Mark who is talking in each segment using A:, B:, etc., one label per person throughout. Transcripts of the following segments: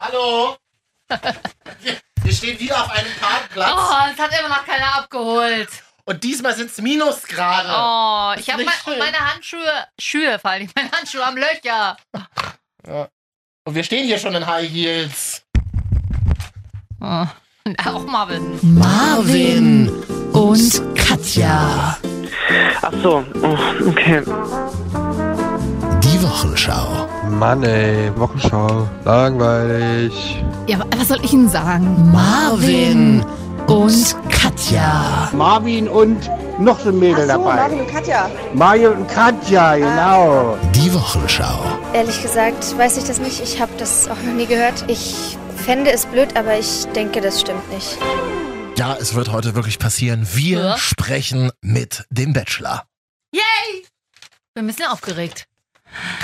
A: Hallo? Wir, wir stehen wieder auf einem
B: Oh,
A: Parkplatz.
B: es hat immer noch keiner abgeholt.
A: Und diesmal sind es Minusgrade.
B: Oh,
A: ist
B: ich habe
A: nicht
B: mein,
A: schön.
B: und meine Handschuhe, Schuhe fallen nicht, meine Handschuhe am Löcher.
A: Und wir stehen hier schon in High Heels.
B: Oh. Auch Marvin.
C: Marvin und Katja.
D: Ach so, oh, okay.
C: Die Wochenschau.
E: Mann ey, Wochenschau. Langweilig.
F: Ja, wa- was soll ich Ihnen sagen?
C: Marvin und Katja.
G: Marvin und noch so ein Mädel dabei.
H: Marvin und Katja.
G: Mario und Katja, genau.
C: Die Wochenschau.
I: Ehrlich gesagt weiß ich das nicht. Ich habe das auch noch nie gehört. Ich fände es blöd, aber ich denke, das stimmt nicht.
C: Ja, es wird heute wirklich passieren. Wir
B: Ja.
C: sprechen mit dem Bachelor.
B: Bin ein bisschen aufgeregt.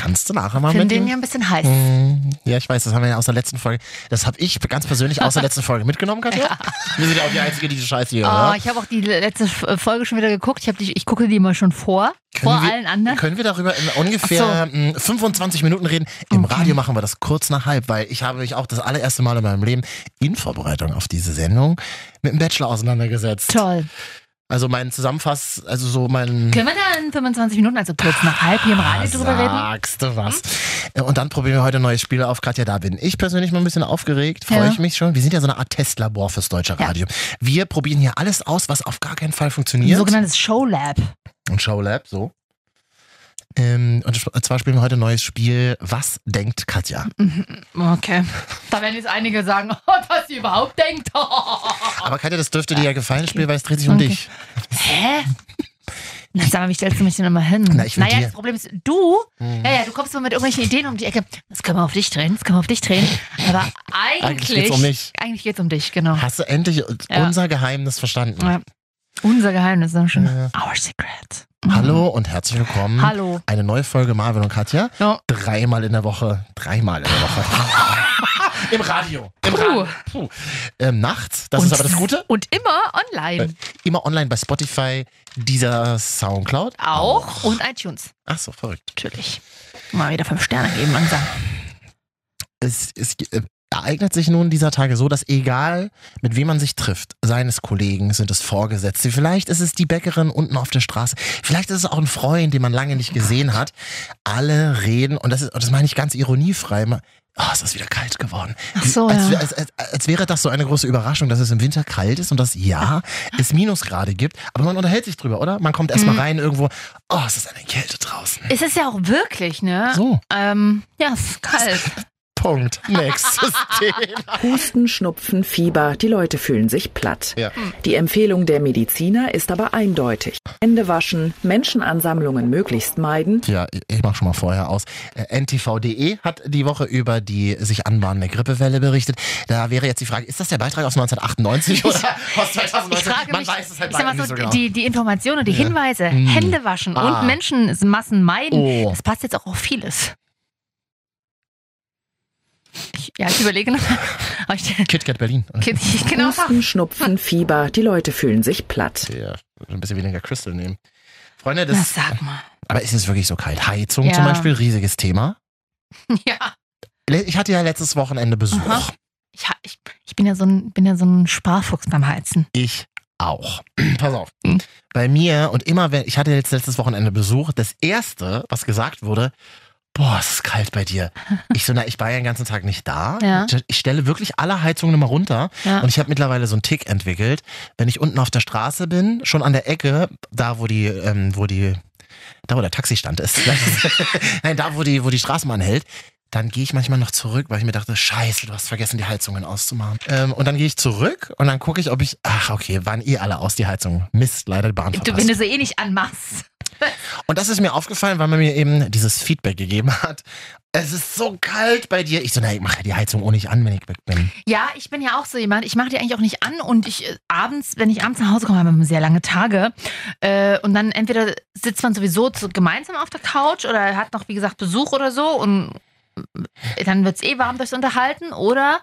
C: Kannst du nachher mal
B: Finde
C: mit
B: den ja
C: ihm?
B: ein bisschen heiß.
C: Mm, Ja, ich weiß, das haben wir ja aus der letzten Folge. Das habe ich ganz persönlich aus der letzten Folge mitgenommen, Katja. Wir sind ja auch die Einzige, die die Scheiße hier
B: Oh,
C: hört.
B: ich habe auch die letzte F- Folge schon wieder geguckt. Ich, hab die, ich gucke die immer schon vor.
C: Können
B: vor
C: wir-
B: allen anderen.
C: Können wir darüber in ungefähr mm, 25 Minuten reden? Im
B: Okay.
C: Radio machen wir das kurz nach halb, weil ich habe mich auch das allererste Mal in meinem Leben in Vorbereitung auf diese Sendung mit dem Bachelor auseinandergesetzt.
B: Toll.
C: Also mein Zusammenfass, also so mein... Ah,
B: Können wir da in 25 Minuten, also kurz nach halb, hier im Radio drüber reden? Mhm.
C: Sagst du was. Äh, Und dann probieren wir heute neue Spiele auf. Katja, da bin ich persönlich mal ein bisschen aufgeregt. Freue
B: Ja.
C: ich mich schon. Wir sind ja so eine Art Testlabor fürs deutsche
B: Ja.
C: Radio. Wir probieren hier alles aus, was auf gar keinen Fall
B: Ein
C: funktioniert.
B: sogenanntes Showlab.
C: Und Showlab, so. Ähm, und sp- zwar spielen wir heute ein neues Spiel. Was denkt Katja?
B: Okay. Da werden jetzt einige sagen, was sie überhaupt denkt.
C: Aber Katja, das dürfte dir ja gefallen, das Spiel, weil es dreht sich um
B: Okay.
C: dich.
B: Hä? Na, sag mal, wie stellst du mich denn immer hin?
C: Na, ich will
B: naja,
C: dir-
B: das Problem ist, du,
C: Mhm.
B: ja, ja, du kommst immer mit irgendwelchen Ideen um die Ecke. Das können wir auf dich drehen, das können wir auf dich drehen. Aber eigentlich,
C: Eigentlich geht's um mich.
B: Eigentlich geht's um dich, genau.
C: Hast du endlich
B: Ja.
C: unser Geheimnis verstanden?
B: Ja. Unser Geheimnis, dann schon.
C: Ja.
B: Our secret. Mhm.
C: Hallo und herzlich willkommen.
B: Hallo.
C: Eine neue Folge Marvin und Katja.
B: Ja.
C: Dreimal in der Woche. Dreimal in der Woche. Im Radio. Im Radio. Puh. Ähm, nachts, das ist aber das Gute. Äh,
B: Und immer online.
C: Immer online bei Spotify, dieser Soundcloud.
B: Auch. Und iTunes.
C: Ach so, verrückt.
B: Natürlich. Mal wieder fünf Sterne geben langsam.
C: Es, es äh, ereignet sich nun dieser Tage so, dass egal mit wem man sich trifft, seines Kollegen, sind es Vorgesetzte, vielleicht ist es die Bäckerin unten auf der Straße, vielleicht ist es auch ein Freund, den man lange nicht gesehen hat, alle reden, und das, ist, und das meine ich ganz ironiefrei, ma- Ah, es ist wieder kalt geworden.
B: Ach so,
C: als,
B: ja.
C: als, als, als wäre das so eine große Überraschung, dass es im Winter kalt ist und dass ja, es Minusgrade gibt. Aber man unterhält sich drüber, oder? Man kommt
B: Mhm.
C: erstmal mal rein irgendwo. Oh, es ist eine Kälte draußen.
B: Es ist ja auch wirklich, ne?
C: So,
B: Ähm, ja, es ist kalt.
C: Punkt. Nächstes Thema.
J: Husten, Schnupfen, Fieber, die Leute fühlen sich platt.
C: Ja.
J: Die Empfehlung der Mediziner ist aber eindeutig. Hände waschen, Menschenansammlungen möglichst meiden.
C: Ja, ich- ich mach schon mal vorher aus. Äh, NTV.de hat die Woche über die sich anbahnende Grippewelle berichtet. Da wäre jetzt die Frage, ist das der Beitrag aus 1998 oder aus 2019?
B: Ich frage
C: Man
B: mich,
C: weiß es halt
B: ich sag
C: beide
B: mal so,
C: nicht so genau.
B: die, die Informationen und die Hinweise,
C: Hm.
B: Hände waschen
C: Ah.
B: und Menschenmassen meiden,
C: Oh.
B: das passt jetzt auch auf vieles. Ich, ja, ich überlege noch. Ob ich-
C: KitKat Berlin.
B: genau.
J: Husten, Schnupfen, Fieber, die Leute fühlen sich platt.
C: Ja, ein bisschen weniger Crystal nehmen. Freunde,
B: Na,
C: das,
B: sag mal.
C: aber ist es wirklich so kalt? Heizung
B: Ja.
C: zum Beispiel, riesiges Thema.
B: Ja.
C: Le- Ich hatte ja letztes Wochenende Besuch.
B: Aha. Ich, ha- ich, ich bin ja so ein, bin ja so ein Sparfuchs beim Heizen.
C: Ich auch. Hm? Pass auf.
B: Mhm.
C: Bei mir und immer, wenn ich hatte jetzt letztes Wochenende Besuch, das erste, was gesagt wurde, boah, es ist kalt bei dir. Ich so, na, ich war ja den ganzen Tag nicht da.
B: Ja.
C: Ich stelle wirklich alle Heizungen immer runter.
B: Ja.
C: Und ich habe mittlerweile so einen Tick entwickelt, wenn ich unten auf der Straße bin, schon an der Ecke, da wo die, ähm, wo die, da wo der Taxistand ist, nein, da wo die, wo die Straßenbahn hält, dann gehe ich manchmal noch zurück, weil ich mir dachte, scheiße, du hast vergessen, die Heizungen auszumachen. Ähm, und dann gehe ich zurück und dann gucke ich, ob ich, ach okay, waren eh alle aus, die Heizungen. Mist, leider die Bahn
B: Du, wenn du
C: verpasst.
B: so eh nicht anmachst.
C: Und das ist mir aufgefallen, weil man mir eben dieses Feedback gegeben hat. Es ist so kalt bei dir. Ich so, na, ich mache ja die Heizung ohne ich an, wenn ich weg bin.
B: Ja, ich bin ja auch so jemand. Ich mache die eigentlich auch nicht an und ich äh, abends, wenn ich abends nach Hause komme, haben wir sehr lange Tage. Äh, und dann entweder sitzt man sowieso zu, gemeinsam auf der Couch oder hat noch, wie gesagt, Besuch oder so und äh, dann wird's eh warm durchs Unterhalten oder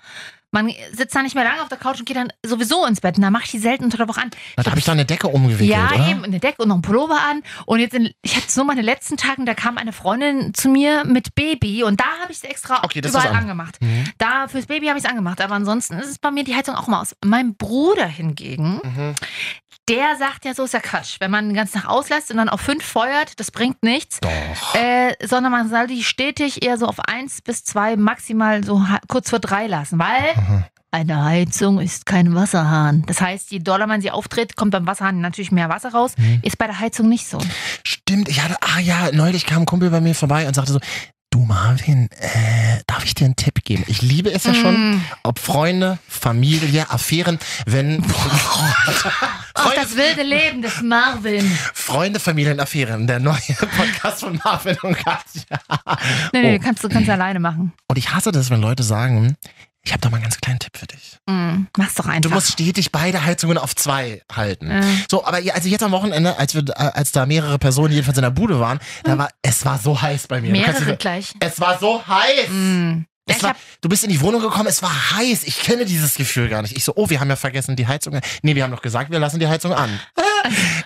B: Man sitzt da nicht mehr lange auf der Couch und geht dann sowieso ins Bett. Und da mache ich die selten unter der Woche an.
C: Na, Da habe ich da eine Decke umgewickelt,
B: ja,
C: oder?
B: eben, eine Decke und noch einen Pullover an. Und jetzt, in, ich hatte so meine letzten Tagen, da kam eine Freundin zu mir mit Baby und da habe ich es extra
C: Okay, das ist
B: überall
C: was anderes.
B: angemacht.
C: Mhm.
B: Da fürs Baby habe ich es angemacht, aber ansonsten ist es bei mir die Heizung auch mal aus. Mein Bruder hingegen,
C: Mhm.
B: der sagt ja, so ist ja Quatsch. Wenn man ganz nach auslässt und dann auf fünf feuert, das bringt nichts.
C: Doch.
B: Äh, sondern man soll die stetig eher so auf eins bis zwei, maximal so ha- kurz vor drei lassen, weil
C: Mhm.
B: eine Heizung ist kein Wasserhahn. Das heißt, je doller man sie auftritt, kommt beim Wasserhahn natürlich mehr Wasser raus.
C: Mhm.
B: Ist bei der Heizung nicht so.
C: Stimmt, ich hatte, ah ja, neulich kam ein Kumpel bei mir vorbei und sagte so, du Marvin, äh, darf ich dir einen Tipp geben? Ich liebe es ja schon,
B: Mm.
C: ob Freunde, Familie, Affären, wenn
B: Ach,
C: Freunde,
B: das wilde Leben des Marvin.
C: Freunde, Familien, Affären, der neue Podcast von Marvin und Katja.
B: Nee, nee,
C: Oh.
B: kannst du kannst alleine machen.
C: Und ich hasse das, wenn Leute sagen, ich habe da mal einen ganz kleinen Tipp für dich.
B: Mm. Mach's doch einfach.
C: Du musst stetig beide Heizungen auf zwei halten.
B: Ja.
C: So, aber ja, also jetzt am Wochenende, als wir, äh, als da mehrere Personen jedenfalls in der Bude waren, da war, es war so heiß bei mir. Du kannst dir-
B: Mehrere gleich.
C: es war so heiß.
B: Mm. Ja,
C: Es
B: ich
C: war,
B: hab,
C: du bist in die Wohnung gekommen, es war heiß. Ich kenne dieses Gefühl gar nicht. Ich so, oh, wir haben ja vergessen die Heizung. an- Nee, wir haben doch gesagt, wir lassen die Heizung an.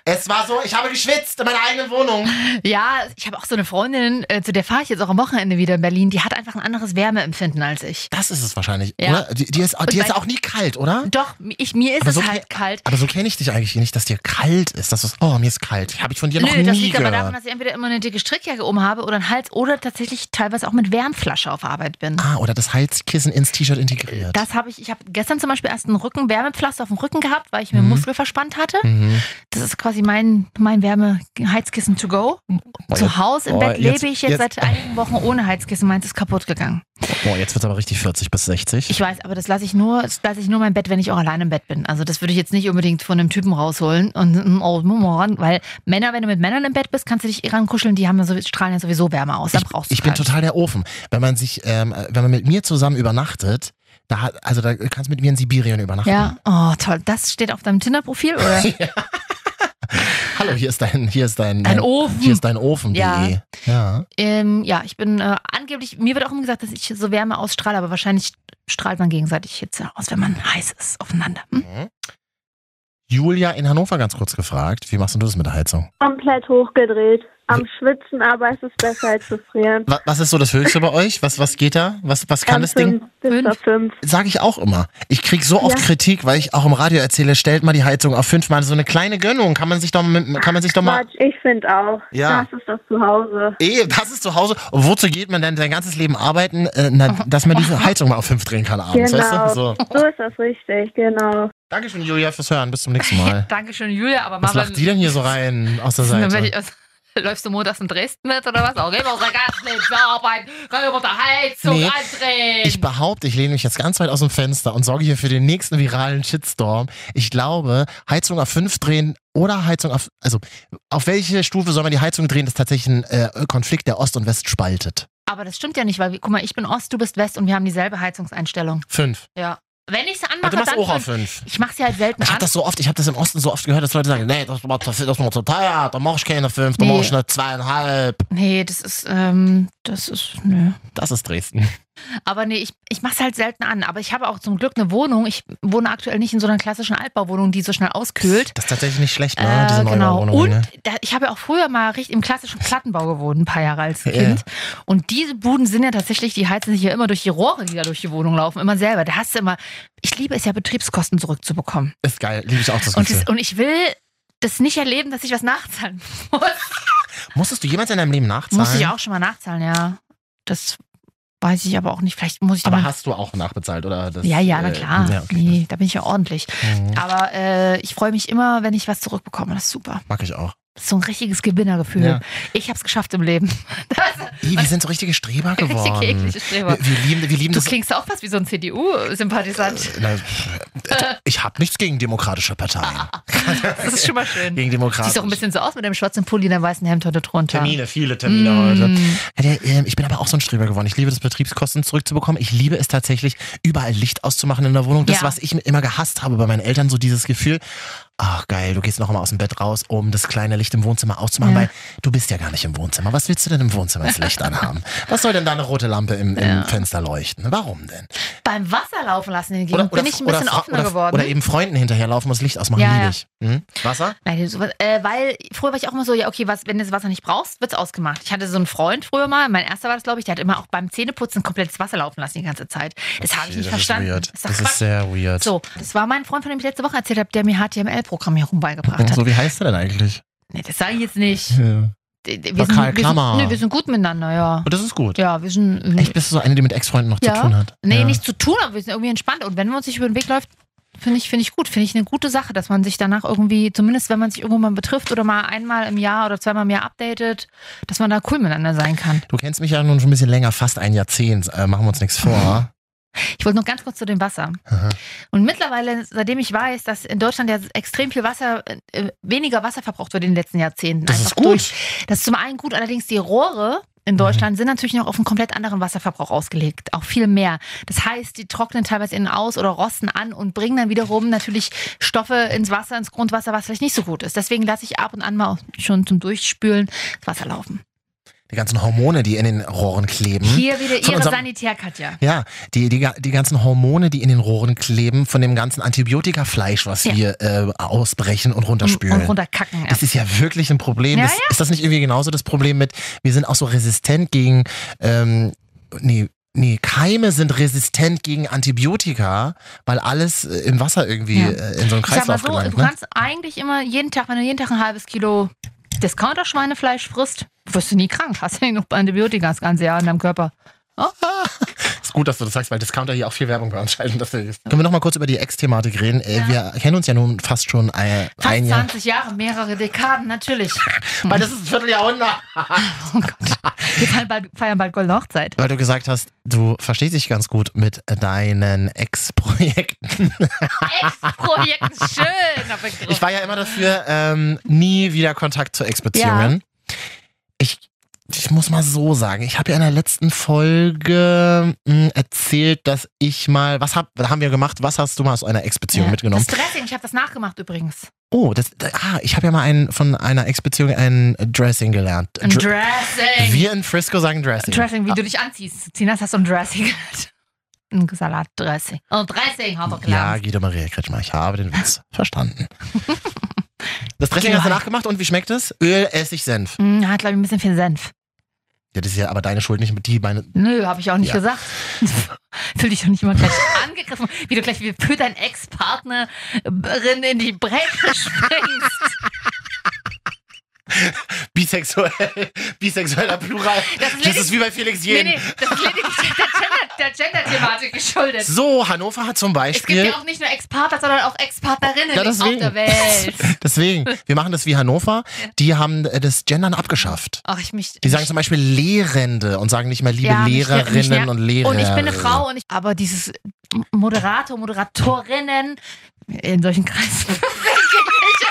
C: es war so, ich habe geschwitzt in meiner eigenen Wohnung.
B: ja, ich habe auch so eine Freundin, äh, zu der fahre ich jetzt auch am Wochenende wieder in Berlin, die hat einfach ein anderes Wärmeempfinden als ich.
C: Das ist es wahrscheinlich,
B: Ja.
C: oder? Die, die ist, die ist
B: bei-
C: auch nie kalt, oder?
B: Doch, ich, mir ist
C: Aber
B: es
C: so
B: halt kalt.
C: Aber so kenne ich dich eigentlich nicht, dass dir kalt ist. Dass es, oh, mir ist kalt. Habe ich von dir noch nie
B: das liegt
C: gehört.
B: aber daran, dass ich entweder immer eine dicke Strickjacke oben habe oder einen Hals oder tatsächlich teilweise auch mit Wärmflasche auf Arbeit bin.
C: Ah, oder das Heizkissen ins T-Shirt integriert.
B: Das habe ich, ich habe gestern zum Beispiel erst einen Rückenwärmepflaster auf dem Rücken gehabt, weil ich mir
C: Mhm.
B: einen Muskel verspannt hatte.
C: mhm.
B: Das ist quasi mein, mein Wärme-Heizkissen to go. Zu Hause im
C: boah,
B: Bett
C: Oh, jetzt-
B: lebe ich jetzt,
C: jetzt-
B: seit einigen Wochen ohne Heizkissen. Meins ist kaputt gegangen.
C: Boah, jetzt wird's aber richtig 40 bis 60.
B: Ich weiß, aber das lasse ich nur, das lasse ich nur mein Bett, wenn ich auch allein im Bett bin. Also das würde ich jetzt nicht unbedingt von einem Typen rausholen und mm, oh, mm, oh, ran, weil Männer, wenn du mit Männern im Bett bist, kannst du dich eh rankuscheln, die haben ja so, strahlen ja sowieso Wärme aus. Dann brauchst du halt.
C: ich bin
B: keinen.
C: total der Ofen. Wenn man sich, ähm, äh, wenn man mit mir zusammen übernachtet, da, hat- also da kannst du mit mir in Sibirien übernachten.
B: Ja, oh toll. Das steht auf deinem Tinder-Profil oder?
C: Hallo, hier ist dein, hier ist dein,
B: Ein Ofen.
C: hier ist dein Ofen. Ja. ja.
B: ähm, ja, ich bin äh, angeblich, mir wird auch immer gesagt, dass ich so Wärme ausstrahle, aber wahrscheinlich strahlt man gegenseitig Hitze aus, wenn man heiß ist aufeinander. Hm?
C: Julia in Hannover ganz kurz gefragt, wie machst denn du das mit der Heizung?
H: Komplett hochgedreht.
C: Hm.
H: Am Schwitzen, aber es ist besser als zu frieren.
C: Wa- Was ist so das Höchste bei euch? Was, was geht da? Was, was kann
H: Am
C: das Ding?
H: fünf Bis auf fünf.
C: Sage ich auch immer. Ich krieg so oft
H: Ja.
C: Kritik, weil ich auch im Radio erzähle, stellt mal die Heizung auf fünfmal. So eine kleine Gönnung kann man sich doch, mit- kann man sich doch mal.
H: Quatsch, ich finde auch.
C: Ja.
H: Das ist das Zuhause.
C: Eh, das ist zu Hause. Und wozu geht man denn sein ganzes Leben arbeiten, äh, na, dass man diese Heizung mal auf fünf drehen kann abends,
H: Genau.
C: weißt du? So.
H: So ist das richtig, genau.
C: Dankeschön, Julia, fürs Hören. Bis zum nächsten Mal.
B: Dankeschön, Julia, aber
C: Äh. Was lacht die denn hier so rein aus der
B: Dann werd
C: Seite?
B: ich aus- Läufst du montags in Dresden mit oder was? Okay, wir unser ganz Leben arbeiten, können wir der Heizung
C: Nee,
B: andrehen.
C: Ich behaupte, ich lehne mich jetzt ganz weit aus dem Fenster und sorge hier für den nächsten viralen Shitstorm. Ich glaube, Heizung auf fünf drehen oder Heizung auf. Also, auf welche Stufe soll man die Heizung drehen? Das ist tatsächlich ein äh, Konflikt, der Ost und West spaltet.
B: Aber das stimmt ja nicht, weil, wir- guck mal, ich bin Ost, du bist West und wir haben dieselbe Heizungseinstellung.
C: Fünf.
B: Ja. Wenn ich sie
C: Ach,
B: anmache,
C: du machst
B: dann
C: auch auf
B: fünf.
C: fünf.
B: Ich mache sie halt selten
C: Ich
B: an.
C: habe das so oft, ich habe das im Osten so oft gehört, dass Leute sagen, nee, das war das war zu teuer, da mach ich keine fünf, da
B: Nee.
C: mach ich eine zweieinhalb.
B: nee, das ist, ähm, das ist, nö.
C: Das ist Dresden.
B: Aber nee, ich, ich mache es halt selten an. Aber ich habe auch zum Glück eine Wohnung. Ich wohne aktuell nicht in so einer klassischen Altbauwohnung, die so schnell auskühlt.
C: Das ist tatsächlich nicht schlecht, ne?
B: Äh,
C: Diese
B: genau.
C: Neubauwohnung.
B: Und
C: ne?
B: da, ich habe ja auch früher mal richtig im klassischen Plattenbau gewohnt, ein paar Jahre als
C: Ja.
B: Kind. Und diese Buden sind ja tatsächlich, die heizen sich ja immer durch die Rohre, die da durch die Wohnung laufen, immer selber. Da hast du immer, ich liebe es ja, Betriebskosten zurückzubekommen.
C: Ist geil, liebe ich auch das
B: Und,
C: Gefühl.
B: das, und ich will das nicht erleben, dass ich was nachzahlen muss.
C: Musstest du jemals in deinem Leben nachzahlen?
B: Muss ich auch schon mal nachzahlen, ja. Das weiß ich aber auch nicht. Vielleicht muss ich da
C: Aber
B: mal.
C: hast du auch nachbezahlt, oder? Das,
B: Ja, ja,
C: äh,
B: na klar.
C: Ja, okay.
B: nee, da bin ich ja ordentlich.
C: Mhm.
B: Aber äh, ich freue mich immer, wenn ich was zurückbekomme. Das ist super.
C: Mag ich auch.
B: Das ist so ein richtiges Gewinnergefühl.
C: Ja.
B: Ich habe es geschafft im Leben. Das
C: Ih, wir sind so richtige Streber
B: ist richtig
C: geworden.
B: eklige
C: wir,
B: Streber.
C: wir lieben, wir lieben
B: Du
C: das.
B: klingst auch fast wie so ein CDU-Sympathisant.
C: Äh, na, pff, Ich habe nichts gegen demokratische Parteien.
B: Das ist schon mal schön.
C: Gegen demokratische
B: Siehst doch ein bisschen so aus mit dem schwarzen Pulli und dem weißen Hemd heute drunter.
C: Termine, viele Termine heute.
B: Mm.
C: Ja, der, ähm, ich bin aber auch so ein Streber geworden. Ich liebe das, Betriebskosten zurückzubekommen. Ich liebe es tatsächlich, überall Licht auszumachen in der Wohnung. Das,
B: Ja.
C: was ich immer gehasst habe bei meinen Eltern, so dieses Gefühl, ach geil, du gehst noch mal aus dem Bett raus, um das kleine Licht im Wohnzimmer auszumachen,
B: Ja.
C: weil du bist ja gar nicht im Wohnzimmer. Was willst du denn im Wohnzimmer als Licht anhaben? Was soll denn da eine rote Lampe im, im Fenster leuchten? Warum denn?
B: Beim Wasser laufen lassen hingegen bin ich ein bisschen
C: Fra-
B: offener
C: oder,
B: geworden.
C: Oder eben Freunden hinterherlaufen und das Licht ausmachen,
B: Ja,
C: liebe
B: ja.
C: ich. Hm? Wasser?
B: Nein, sowas, äh, weil früher war ich auch immer so, ja, okay, was, wenn du das Wasser nicht brauchst, wird's ausgemacht. Ich hatte so einen Freund früher mal, mein erster war das, glaube ich, der hat immer auch beim Zähneputzen komplettes Wasser laufen lassen die ganze Zeit. Das habe
C: Okay,
B: ich nicht
C: das
B: verstanden.
C: Ist weird.
B: Das ist doch
C: Das
B: Quatsch.
C: ist sehr weird.
B: so, das war mein Freund, von dem ich letzte Woche erzählt habe, der mir HTML-Programmierung beigebracht hat.
C: so wie heißt er denn eigentlich?
B: Nee, das sage ich jetzt nicht.
C: Ja.
B: Wir
C: War Karl
B: wir, sind,
C: Klammer.
B: nee, wir sind gut miteinander, ja.
C: Und das ist gut.
B: Ja, wir sind.
C: Echt, bist du so eine, die mit Ex-Freunden noch
B: Ja.
C: zu tun hat?
B: Nee,
C: Ja.
B: nichts zu tun, aber wir sind irgendwie entspannt. Und wenn man sich über den Weg läuft, finde ich, finde ich gut. Finde ich eine gute Sache, dass man sich danach irgendwie, zumindest wenn man sich irgendwo mal betrifft oder mal einmal im Jahr oder zweimal im Jahr updatet, dass man da cool miteinander sein kann.
C: Du kennst mich ja nun schon ein bisschen länger, fast ein Jahrzehnt. Äh, machen wir uns nichts
B: Mhm.
C: vor.
B: Ich wollte noch ganz kurz zu dem Wasser.
C: Aha.
B: Und mittlerweile, seitdem ich weiß, dass in Deutschland ja extrem viel Wasser, äh, weniger Wasser verbraucht wird in den letzten Jahrzehnten.
C: Das
B: Einfach
C: ist gut.
B: Durch. Das ist zum einen gut, allerdings die Rohre
C: Mhm.
B: in Deutschland sind natürlich noch auf einen komplett anderen Wasserverbrauch ausgelegt, auch viel mehr. Das heißt, die trocknen teilweise innen aus oder rosten an und bringen dann wiederum natürlich Stoffe ins Wasser, ins Grundwasser, was vielleicht nicht so gut ist. Deswegen lasse ich ab und an mal auch schon zum Durchspülen das Wasser laufen.
C: Die ganzen Hormone, die in den Rohren kleben.
B: Hier wieder
C: Von
B: Ihre
C: unserem-
B: Sanitärkatja.
C: Ja, die, die, ga- die ganzen Hormone, die in den Rohren kleben, von dem ganzen Antibiotikafleisch, was
B: Ja.
C: wir äh, ausbrechen und
B: Und,
C: runterspülen.
B: und Um, runterkacken. Ja.
C: Das ist ja wirklich ein Problem.
B: Ja,
C: das,
B: ja.
C: Ist das nicht irgendwie genauso das Problem mit, wir sind auch so resistent gegen, ähm, nee, nee, Keime sind resistent gegen Antibiotika, weil alles äh, im Wasser irgendwie
B: Ja.
C: äh, in so einen
B: Ich sag mal
C: Kreislauf
B: so,
C: gelangt.
B: du
C: ne?
B: kannst eigentlich immer jeden Tag, wenn du jeden Tag ein halbes Kilo Discounter-Schweinefleisch frisst, wirst du nie krank. Hast ja genug Antibiotika das ganze Jahr in deinem Körper.
C: Ist gut, dass du das sagst, weil Discounter hier auch viel Werbung bei uns schalten. Dass Können wir noch mal kurz über die Ex-Thematik reden? Äh, Wir kennen uns ja nun fast schon ein,
B: Fast
C: ein Jahr.
B: 20 Jahre, mehrere Dekaden, natürlich.
A: Weil das ist ein Vierteljahrhundert.
B: Oh Gott. Wir feiern bald, feiern bald Goldene Hochzeit.
C: Weil du gesagt hast, du verstehst dich ganz gut mit deinen Ex-Projekten.
B: Ex-Projekt, schöner Begriff.
C: Ich war ja immer dafür, ähm, nie wieder Kontakt zu Ex-Beziehungen. Ich, ich muss mal so sagen, ich habe ja in der letzten Folge mh, erzählt, dass ich mal, was hab, haben wir gemacht, was hast du mal aus einer Ex-Beziehung mitgenommen?
B: Das Dressing, ich habe das nachgemacht übrigens.
C: Oh, das, da- ah, ich habe ja mal einen, von einer Ex-Beziehung ein Dressing gelernt.
B: Ein
C: Dr-
B: Dressing.
C: Wir in Frisco sagen Dressing.
B: Dressing, wie du dich anziehst. Zinas, hast du ein Dressing gehabt? Ein Salatdressing. Ein Dressing, hat
C: ja,
B: er gelernt.
C: Guido Maria Kretschmer, ich habe den Witz verstanden. Das Dressing hast du
B: Geil.
C: nachgemacht und wie schmeckt es? Öl, Essig, Senf.
B: Hm, hat, glaube ich, ein bisschen viel Senf.
C: Ja, das ist ja aber deine Schuld, nicht die meine.
B: Nö, habe ich auch nicht
C: Ja.
B: gesagt. Fühl dich doch nicht mal gleich angegriffen, wie du gleich wie für deinen Ex-Partnerin in die Bresche springst.
C: Bisexuell, bisexueller Plural.
B: Das
C: Das
B: ist
C: ist,
B: ledig-
C: wie bei Felix
B: Nee,
C: Jähn.
B: nee, das ist lediglich der Gender- der Gender-Thematik geschuldet.
C: So, Hannover hat zum
B: Es gibt
C: Beispiel.
B: ja auch nicht nur Ex-Partner, sondern auch Ex-Partnerinnen
C: Ja,
B: auf
C: deswegen.
B: der Welt.
C: deswegen, wir machen das wie Hannover. Die haben äh, das Gendern abgeschafft.
B: Ach, ich mich.
C: Die sagen zum Beispiel Lehrende und sagen nicht mehr liebe
B: Ja, mich nervt- mich
C: Lehrerinnen
B: nervt-
C: und Lehrer.
B: Und ich bin eine Frau und ich. Aber dieses Moderator, Moderatorinnen in solchen Kreisen. bewege ich mich.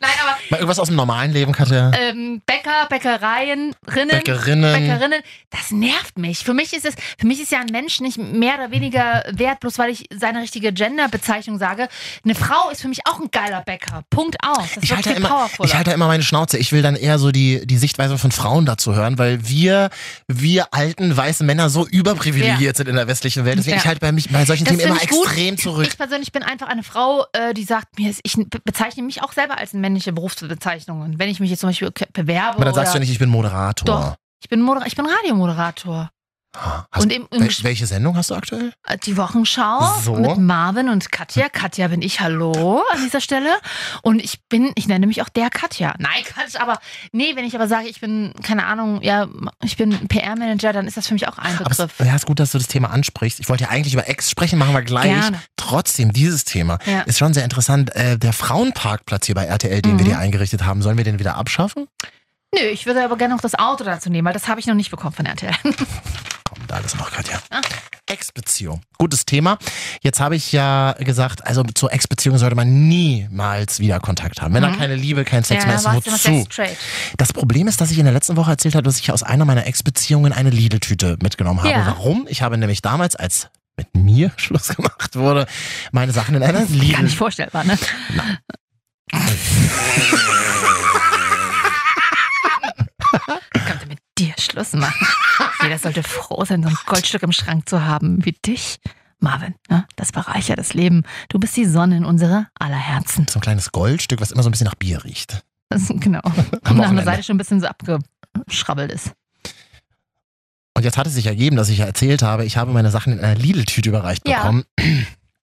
B: Nein, aber
C: Mal irgendwas aus dem normalen Leben, Katja.
B: ähm, Bäcker, Bäckereien, Rinnen,
C: Bäckerinnen.
B: Bäckerinnen, das nervt mich. Für mich ist es, für mich ist ja ein Mensch nicht mehr oder weniger wert, bloß weil ich seine richtige Genderbezeichnung sage. Eine Frau ist für mich auch ein geiler Bäcker. Punkt aus. Das
C: ich
B: wird
C: halte,
B: viel
C: immer,
B: powerfuler.
C: ich halte immer meine Schnauze. Ich will dann eher so die, die Sichtweise von Frauen dazu hören, weil wir, wir alten weißen Männer so überprivilegiert sind in der westlichen Welt. Deswegen
B: Ja.
C: ich halte bei, mich, bei solchen
B: Das
C: Themen immer
B: finde ich gut.
C: extrem zurück.
B: ich persönlich bin einfach eine Frau, äh, die sagt mir, ich be- bezeichne mich auch selber als eine männliche Berufsbezeichnung. Und wenn ich mich jetzt zum Beispiel ke- bewerbe
C: Aber dann sagst
B: oder
C: du nicht, ich bin Moderator.
B: Doch. ich bin, Moder ich bin Radiomoderator.
C: Hast,
B: und im, im
C: wel, welche Sendung hast du aktuell?
B: Äh, Die Wochenschau
C: So.
B: mit Marvin und Katja. Katja bin ich, hallo an dieser Stelle. Und ich bin, ich nenne mich auch der Katja. Nein, Quatsch, aber nee, wenn ich aber sage, ich bin, keine Ahnung, ja, ich bin PR-Manager, dann ist das für mich auch ein
C: Aber es,
B: Begriff.
C: ja, ist gut, dass du das Thema ansprichst. Ich wollte ja eigentlich über Ex sprechen, machen wir gleich.
B: Gerne.
C: Trotzdem, dieses Thema
B: Ja.
C: ist schon sehr interessant. Äh, der Frauenparkplatz hier bei RTL, den
B: Mhm.
C: wir dir eingerichtet haben, sollen wir den wieder abschaffen?
B: Nö, ich würde aber gerne noch das Auto dazu nehmen, weil das habe ich noch nicht bekommen von RTL.
C: kommen. Da ist noch Katja.
B: Ah.
C: Ex-Beziehung. Gutes Thema. Jetzt habe ich ja gesagt, also zur Ex-Beziehung sollte man niemals wieder Kontakt haben. Wenn da keine Liebe, kein Sex mehr ist,
B: Mhm. warst du immer
C: wozu?
B: sex straight.
C: Das Problem ist, dass ich in der letzten Woche erzählt habe, dass ich aus einer meiner Ex-Beziehungen eine Lidl-Tüte mitgenommen habe.
B: Ja.
C: Warum? Ich habe nämlich damals, als mit mir Schluss gemacht wurde, meine Sachen in einer
B: Gar
C: Lidl.
B: nicht vorstellbar, ne? Ich könnte mit dir Schluss machen. Jeder sollte froh sein, so ein Goldstück im Schrank zu haben wie dich, Marvin. Ne? Das bereichert das Leben. Du bist die Sonne in unserer aller Herzen.
C: So ein kleines Goldstück, was immer so ein bisschen nach Bier riecht.
B: Das, genau. Und nach
C: Wochenende.
B: der Seite schon ein bisschen so abgeschrabbelt ist.
C: Und jetzt hat es sich ergeben, dass ich ja erzählt habe, ich habe meine Sachen in einer Lidl-Tüte überreicht
B: Ja.
C: bekommen.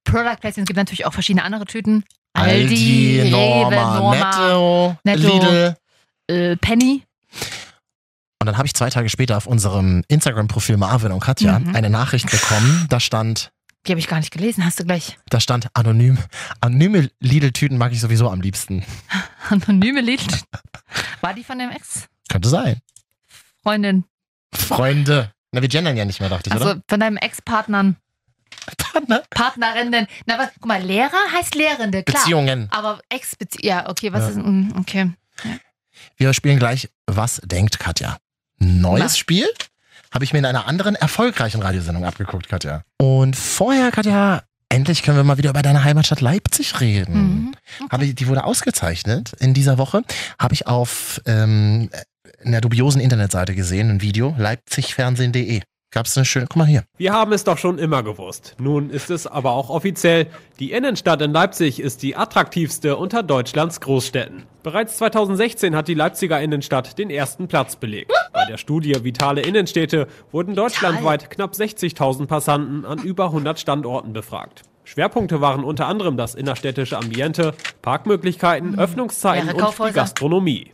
B: Product Placements gibt natürlich auch verschiedene andere Tüten.
C: Aldi,
B: Rewe,
C: Norma, Netto,
B: Netto.
C: Lidl.
B: äh, Penny.
C: Und dann habe ich zwei Tage später auf unserem Instagram-Profil Marvin und Katja
B: Mhm.
C: eine Nachricht bekommen. Da stand,
B: Die habe ich gar nicht gelesen. Hast du gleich
C: Da stand anonym. Anonyme Lidl-Tüten mag ich sowieso am liebsten.
B: anonyme Lied? War die von dem Ex-Freundin?
C: Könnte sein. Freunde. Na, wir gendern ja nicht mehr, dachte ich,
B: Also
C: oder?
B: von deinem Ex-Partnern,
C: Partner.
B: Partnerinnen. Na, was, guck mal, Lehrer heißt Lehrende, klar.
C: Beziehungen.
B: Aber Ex-Beziehung. Ja, okay, was
C: Ja.
B: ist. mm, Okay.
C: Wir spielen gleich Was denkt Katja? Neues
B: Na.
C: Spiel habe ich mir in einer anderen erfolgreichen Radiosendung abgeguckt, Katja. Und vorher, Katja, endlich können wir mal wieder über deine Heimatstadt Leipzig reden.
B: Mhm.
C: Habe ich, die wurde ausgezeichnet in dieser Woche. Habe ich auf ähm, einer dubiosen Internetseite gesehen, ein Video, leipzigfernsehen.de. Gab es eine schöne, guck mal hier.
K: Wir haben es doch schon immer gewusst. Nun ist es aber auch offiziell, die Innenstadt in Leipzig ist die attraktivste unter Deutschlands Großstädten. Bereits 2016 hat die Leipziger Innenstadt den ersten Platz belegt. Bei der Studie Vitale Innenstädte wurden deutschlandweit knapp 60.000 Passanten an über 100 Standorten befragt. Schwerpunkte waren unter anderem das innerstädtische Ambiente, Parkmöglichkeiten, Öffnungszeiten
B: Hm, Leere
K: und die
B: Kaufhäuser.
K: Gastronomie.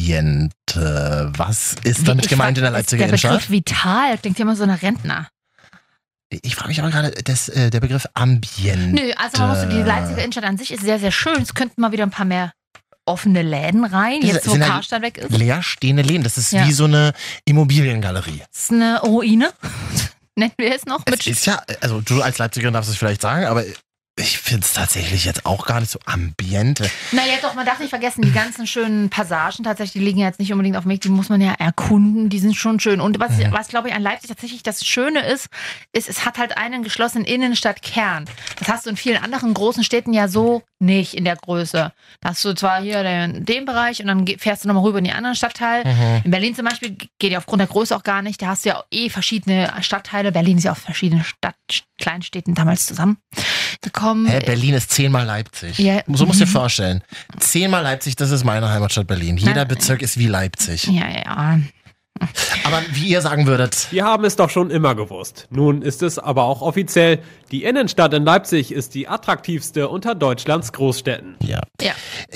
C: Ambiente. Was ist damit
B: Ich
C: gemeint
B: frag-
C: in der Leipziger
B: Der Begriff
C: Innenstadt?
B: vital klingt ja immer so nach Rentner.
C: Ich frage mich aber gerade, das, äh, der Begriff Ambient.
B: Nö, also man muss, die
C: äh,
B: Leipziger Innenstadt an sich ist sehr, sehr schön. Es könnten mal wieder ein paar mehr offene Läden rein,
C: Diese-
B: jetzt wo
C: sind halt da-
B: Karstadt weg ist.
C: Leerstehende Läden, das ist
B: Ja.
C: wie so eine Immobiliengalerie.
B: Das ist eine Ruine. Nennen wir es noch mit
C: Es ist ja, also du als Leipzigerin darfst es vielleicht sagen, aber ich finde es tatsächlich jetzt auch gar nicht so Ambiente.
B: Na, jetzt doch, man darf nicht vergessen, die ganzen schönen Passagen tatsächlich, die liegen ja jetzt nicht unbedingt auf dem Weg, die muss man ja erkunden, die sind schon schön. Und was,
C: Mhm.
B: was glaube ich, an Leipzig tatsächlich das Schöne ist, ist, es hat halt einen geschlossenen Innenstadtkern. Das hast du in vielen anderen großen Städten ja so nicht in der Größe. Da hast du zwar hier den, den Bereich und dann ge- fährst du nochmal rüber in den anderen Stadtteil. In Berlin zum Beispiel geht ja aufgrund der Größe auch gar nicht. Da hast du ja eh verschiedene Stadtteile. Berlin ist ja auch verschiedene Stadt, Kleinstädten damals zusammen. Da kommen,
C: Hä, Berlin ist zehnmal Leipzig.
B: Ja.
C: So musst du dir
B: Mhm.
C: vorstellen. Zehnmal Leipzig, das ist meine Heimatstadt Berlin. Jeder
B: Nein.
C: Bezirk ist wie Leipzig.
B: ja, ja, ja.
C: Aber wie ihr sagen würdet,
K: Wir haben es doch schon immer gewusst. Nun ist es aber auch offiziell, die Innenstadt in Leipzig ist die attraktivste unter Deutschlands Großstädten.
C: Ja.
B: Ja.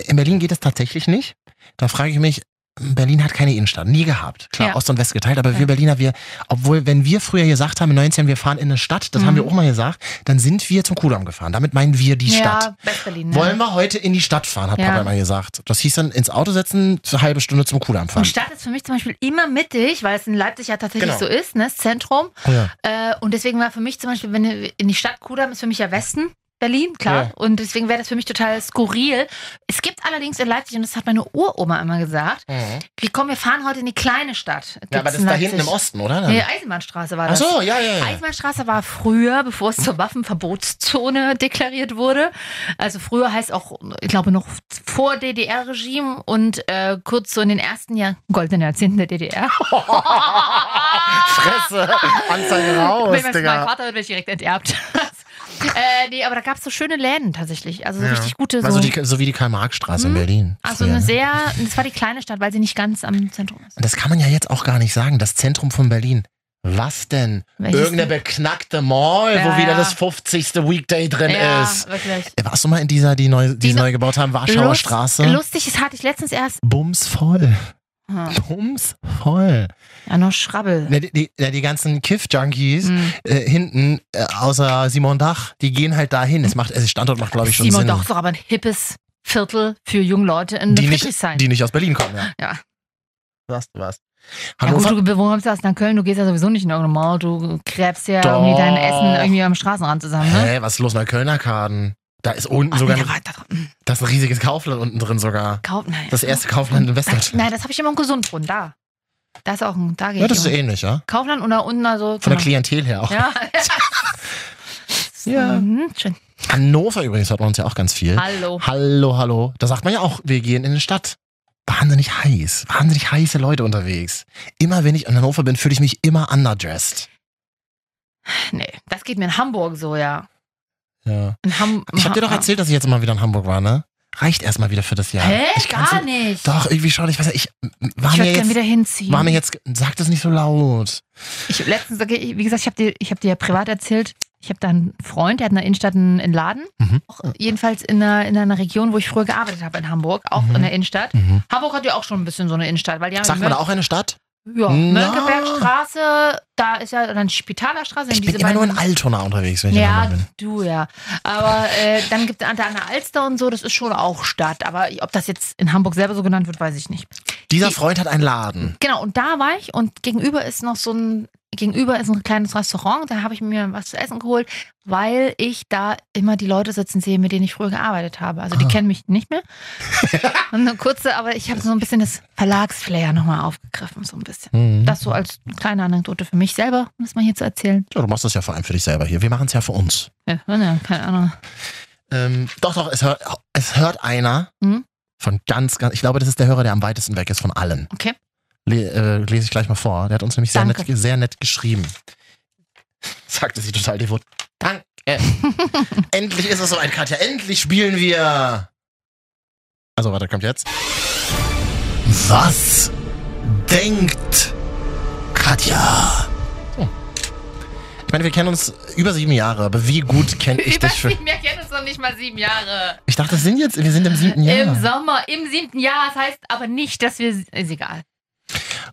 C: In Berlin geht das tatsächlich nicht. Da frage ich mich, Berlin hat keine Innenstadt, nie gehabt. Klar,
B: Ja.
C: Ost und West geteilt, aber
B: Ja.
C: wir Berliner, wir, obwohl, wenn wir früher gesagt haben, in 19, wir fahren in eine Stadt, das haben wir auch mal gesagt, dann sind wir zum Kudamm gefahren. Damit meinen wir die Stadt.
B: Mhm. Ja, West-Berlin. ne?
C: Wollen wir heute in die Stadt fahren, hat
B: Ja.
C: Papa immer gesagt. Das hieß dann ins Auto setzen, eine halbe Stunde zum Kudamm
B: Und
C: fahren.
B: Stadt ist für mich zum Beispiel immer mittig, weil es in Leipzig ja tatsächlich
C: Genau.
B: so ist, ne? das Zentrum.
C: Ja.
B: Äh, und deswegen war für mich zum Beispiel, wenn in die Stadt Kudamm ist für mich ja Westen. Berlin, klar.
C: Ja.
B: Und deswegen wäre das für mich total skurril. Es gibt allerdings in Leipzig, und das hat meine Uroma immer gesagt,
C: Mhm.
B: wir kommen, wir fahren heute in die kleine Stadt. Gibt's
C: ja, aber das
B: in
C: ist da
B: Leipzig.
C: hinten im Osten, oder? Dann-
B: Nee, Eisenbahnstraße war
C: Ach
B: das.
C: so, ja, ja, ja.
B: Eisenbahnstraße war früher, bevor es zur Waffenverbotszone deklariert wurde. Also früher heißt auch, ich glaube, noch vor DDR-Regime und äh, kurz so in den ersten Jahren, goldenen Jahrzehnten der DDR.
C: Fresse, Anzeige
B: Wenn
C: raus,
B: man- Mein
C: Digga.
B: Vater wird mich direkt enterbt. äh, nee, aber da gab es so schöne Läden tatsächlich. Also so
C: Ja.
B: richtig gute. So,
C: Also die, so wie die Karl-Marx-Straße in
B: Hm.
C: Berlin.
B: also
C: früher,
B: eine
C: ne?
B: sehr, das war die kleine Stadt, weil sie nicht ganz am Zentrum ist.
C: Das kann man ja jetzt auch gar nicht sagen, das Zentrum von Berlin. Was denn?
B: Welches
C: Irgendeine beknackte Mall,
B: Ja,
C: wo wieder
B: ja.
C: das 50. Weekday drin
B: ja,
C: ist. Äh,
B: wirklich.
C: Warst du mal in dieser, die neu, die,
B: Die
C: sie
B: no-
C: neu gebaut haben, Warschauer
B: Lust-
C: Straße?
B: Lustig, das hatte ich letztens erst.
C: Bumsvoll.
B: Hm.
C: Bumsvoll.
B: Ja, noch Schrabbel.
C: Na, die, die, na, die ganzen Kiff-Junkies
B: Hm.
C: äh, hinten, äh, außer Simon Dach, die gehen halt dahin. Es macht, also Standort macht, glaube ich, schon
B: Simon
C: Sinn.
B: doch ist doch aber ein hippes Viertel für junge Leute in
C: die,
B: Friedrichshain.
C: nicht, die nicht aus Berlin kommen, ja.
B: Ja.
C: Sagst du was?
B: Ja gut,
C: Hannover,
B: du bewohnst das nach Köln, du gehst ja sowieso nicht in irgendeine Mall, du gräbst ja irgendwie dein Essen
C: Doch.
B: irgendwie am Straßenrand zusammen, ne?
C: Hä, was ist los mit Kölner Kaden? Da ist unten
B: Ach,
C: sogar
B: nee,
C: ein-
B: da war- da drin.
C: das ist ein riesiges Kaufland unten drin sogar.
B: Kauf, nein.
C: Das erste Kaufland in
B: Nein,
C: Westdeutschland.
B: nein, das habe ich immer in Gesundbrunnen, da. Da ist auch ein, da gehe
C: Ja,
B: ich
C: das ist
B: immer.
C: ähnlich, ja?
B: Kaufland und da unten also.
C: Von der Klientel her auch.
B: Ja.
C: Ja.
B: Mhm, schön.
C: Hannover übrigens hat man uns ja auch ganz viel.
B: Hallo.
C: Hallo, hallo. Da sagt man ja auch, wir gehen in die Stadt. Wahnsinnig heiß. Wahnsinnig heiße Leute unterwegs. Immer wenn ich in Hannover bin, fühle ich mich immer underdressed.
B: Nee, das geht mir in Hamburg so, ja.
C: Ja.
B: In Ham
C: Ich habe dir doch erzählt, dass ich jetzt mal wieder in Hamburg war, ne? Reicht erstmal wieder für das Jahr.
B: Hä?
C: Ich kann's-
B: Gar nicht.
C: Doch, irgendwie schon. Ich weiß ja, ich war
B: ich
C: mir
B: würde gerne wieder
C: jetzt.
B: hinziehen.
C: War mir jetzt. Sag das nicht so laut.
B: Ich, letztens, okay, ich- wie gesagt, ich habe dir, ich hab dir ja privat erzählt, ich habe da einen Freund, der hat in der Innenstadt einen, einen Laden.
C: Mhm.
B: Auch, äh, jedenfalls in einer, in einer Region, wo ich früher gearbeitet habe, in Hamburg, auch in der Innenstadt.
C: Mhm.
B: Hamburg hat ja auch schon ein bisschen so eine Innenstadt, weil die haben
C: Sagt man da auch eine Stadt?
B: Ja,
C: Na.
B: Mönckebergstraße, da ist ja dann Spitalerstraße.
C: Ich
B: sind
C: bin
B: diese
C: immer nur in
B: beiden-
C: Altona unterwegs, wenn ich in
B: ja,
C: Hamburg bin.
B: du ja. Aber äh, dann gibt es an der an der Alster und so, das ist schon auch Stadt. Aber ob das jetzt in Hamburg selber so genannt wird, weiß ich nicht.
C: Dieser Freund hat einen Laden.
B: Genau, und da war ich und gegenüber ist noch so ein, gegenüber ist ein kleines Restaurant, da habe ich mir was zu essen geholt, weil ich da immer die Leute sitzen sehe, mit denen ich früher gearbeitet habe. Also die
C: Ah.
B: kennen mich nicht mehr. und eine kurze, aber ich habe so ein bisschen das Verlagsflair nochmal aufgegriffen, so ein bisschen.
C: Mhm.
B: Das so als kleine Anekdote für mich selber, um das mal hier zu erzählen.
C: Ja, du machst das ja vor allem für dich selber hier. Wir machen es ja für uns.
B: Ja, ne, keine Ahnung.
C: Ähm, doch, doch, es hört, es hört einer
B: Mhm.
C: von ganz, ganz. Ich glaube, das ist der Hörer, der am weitesten weg ist von allen.
B: Okay.
C: Le äh, lese ich gleich mal vor. Der hat uns nämlich sehr nett,
B: Danke.
C: sehr nett geschrieben. Sagte sie total devot. Danke. endlich ist es soweit, Katja. Endlich spielen wir. Also, warte, kommt jetzt. Was denkt Katja?
B: Oh.
C: So. Ich meine, wir kennen uns über sieben Jahre, aber wie gut kenne ich dich für.
B: wir kennen uns noch nicht mal sieben Jahre.
C: Ich dachte, das sind jetzt, wir sind im siebten Jahr.
B: Sommer, im siebten Jahr. Das heißt aber nicht, dass wir. Ist egal.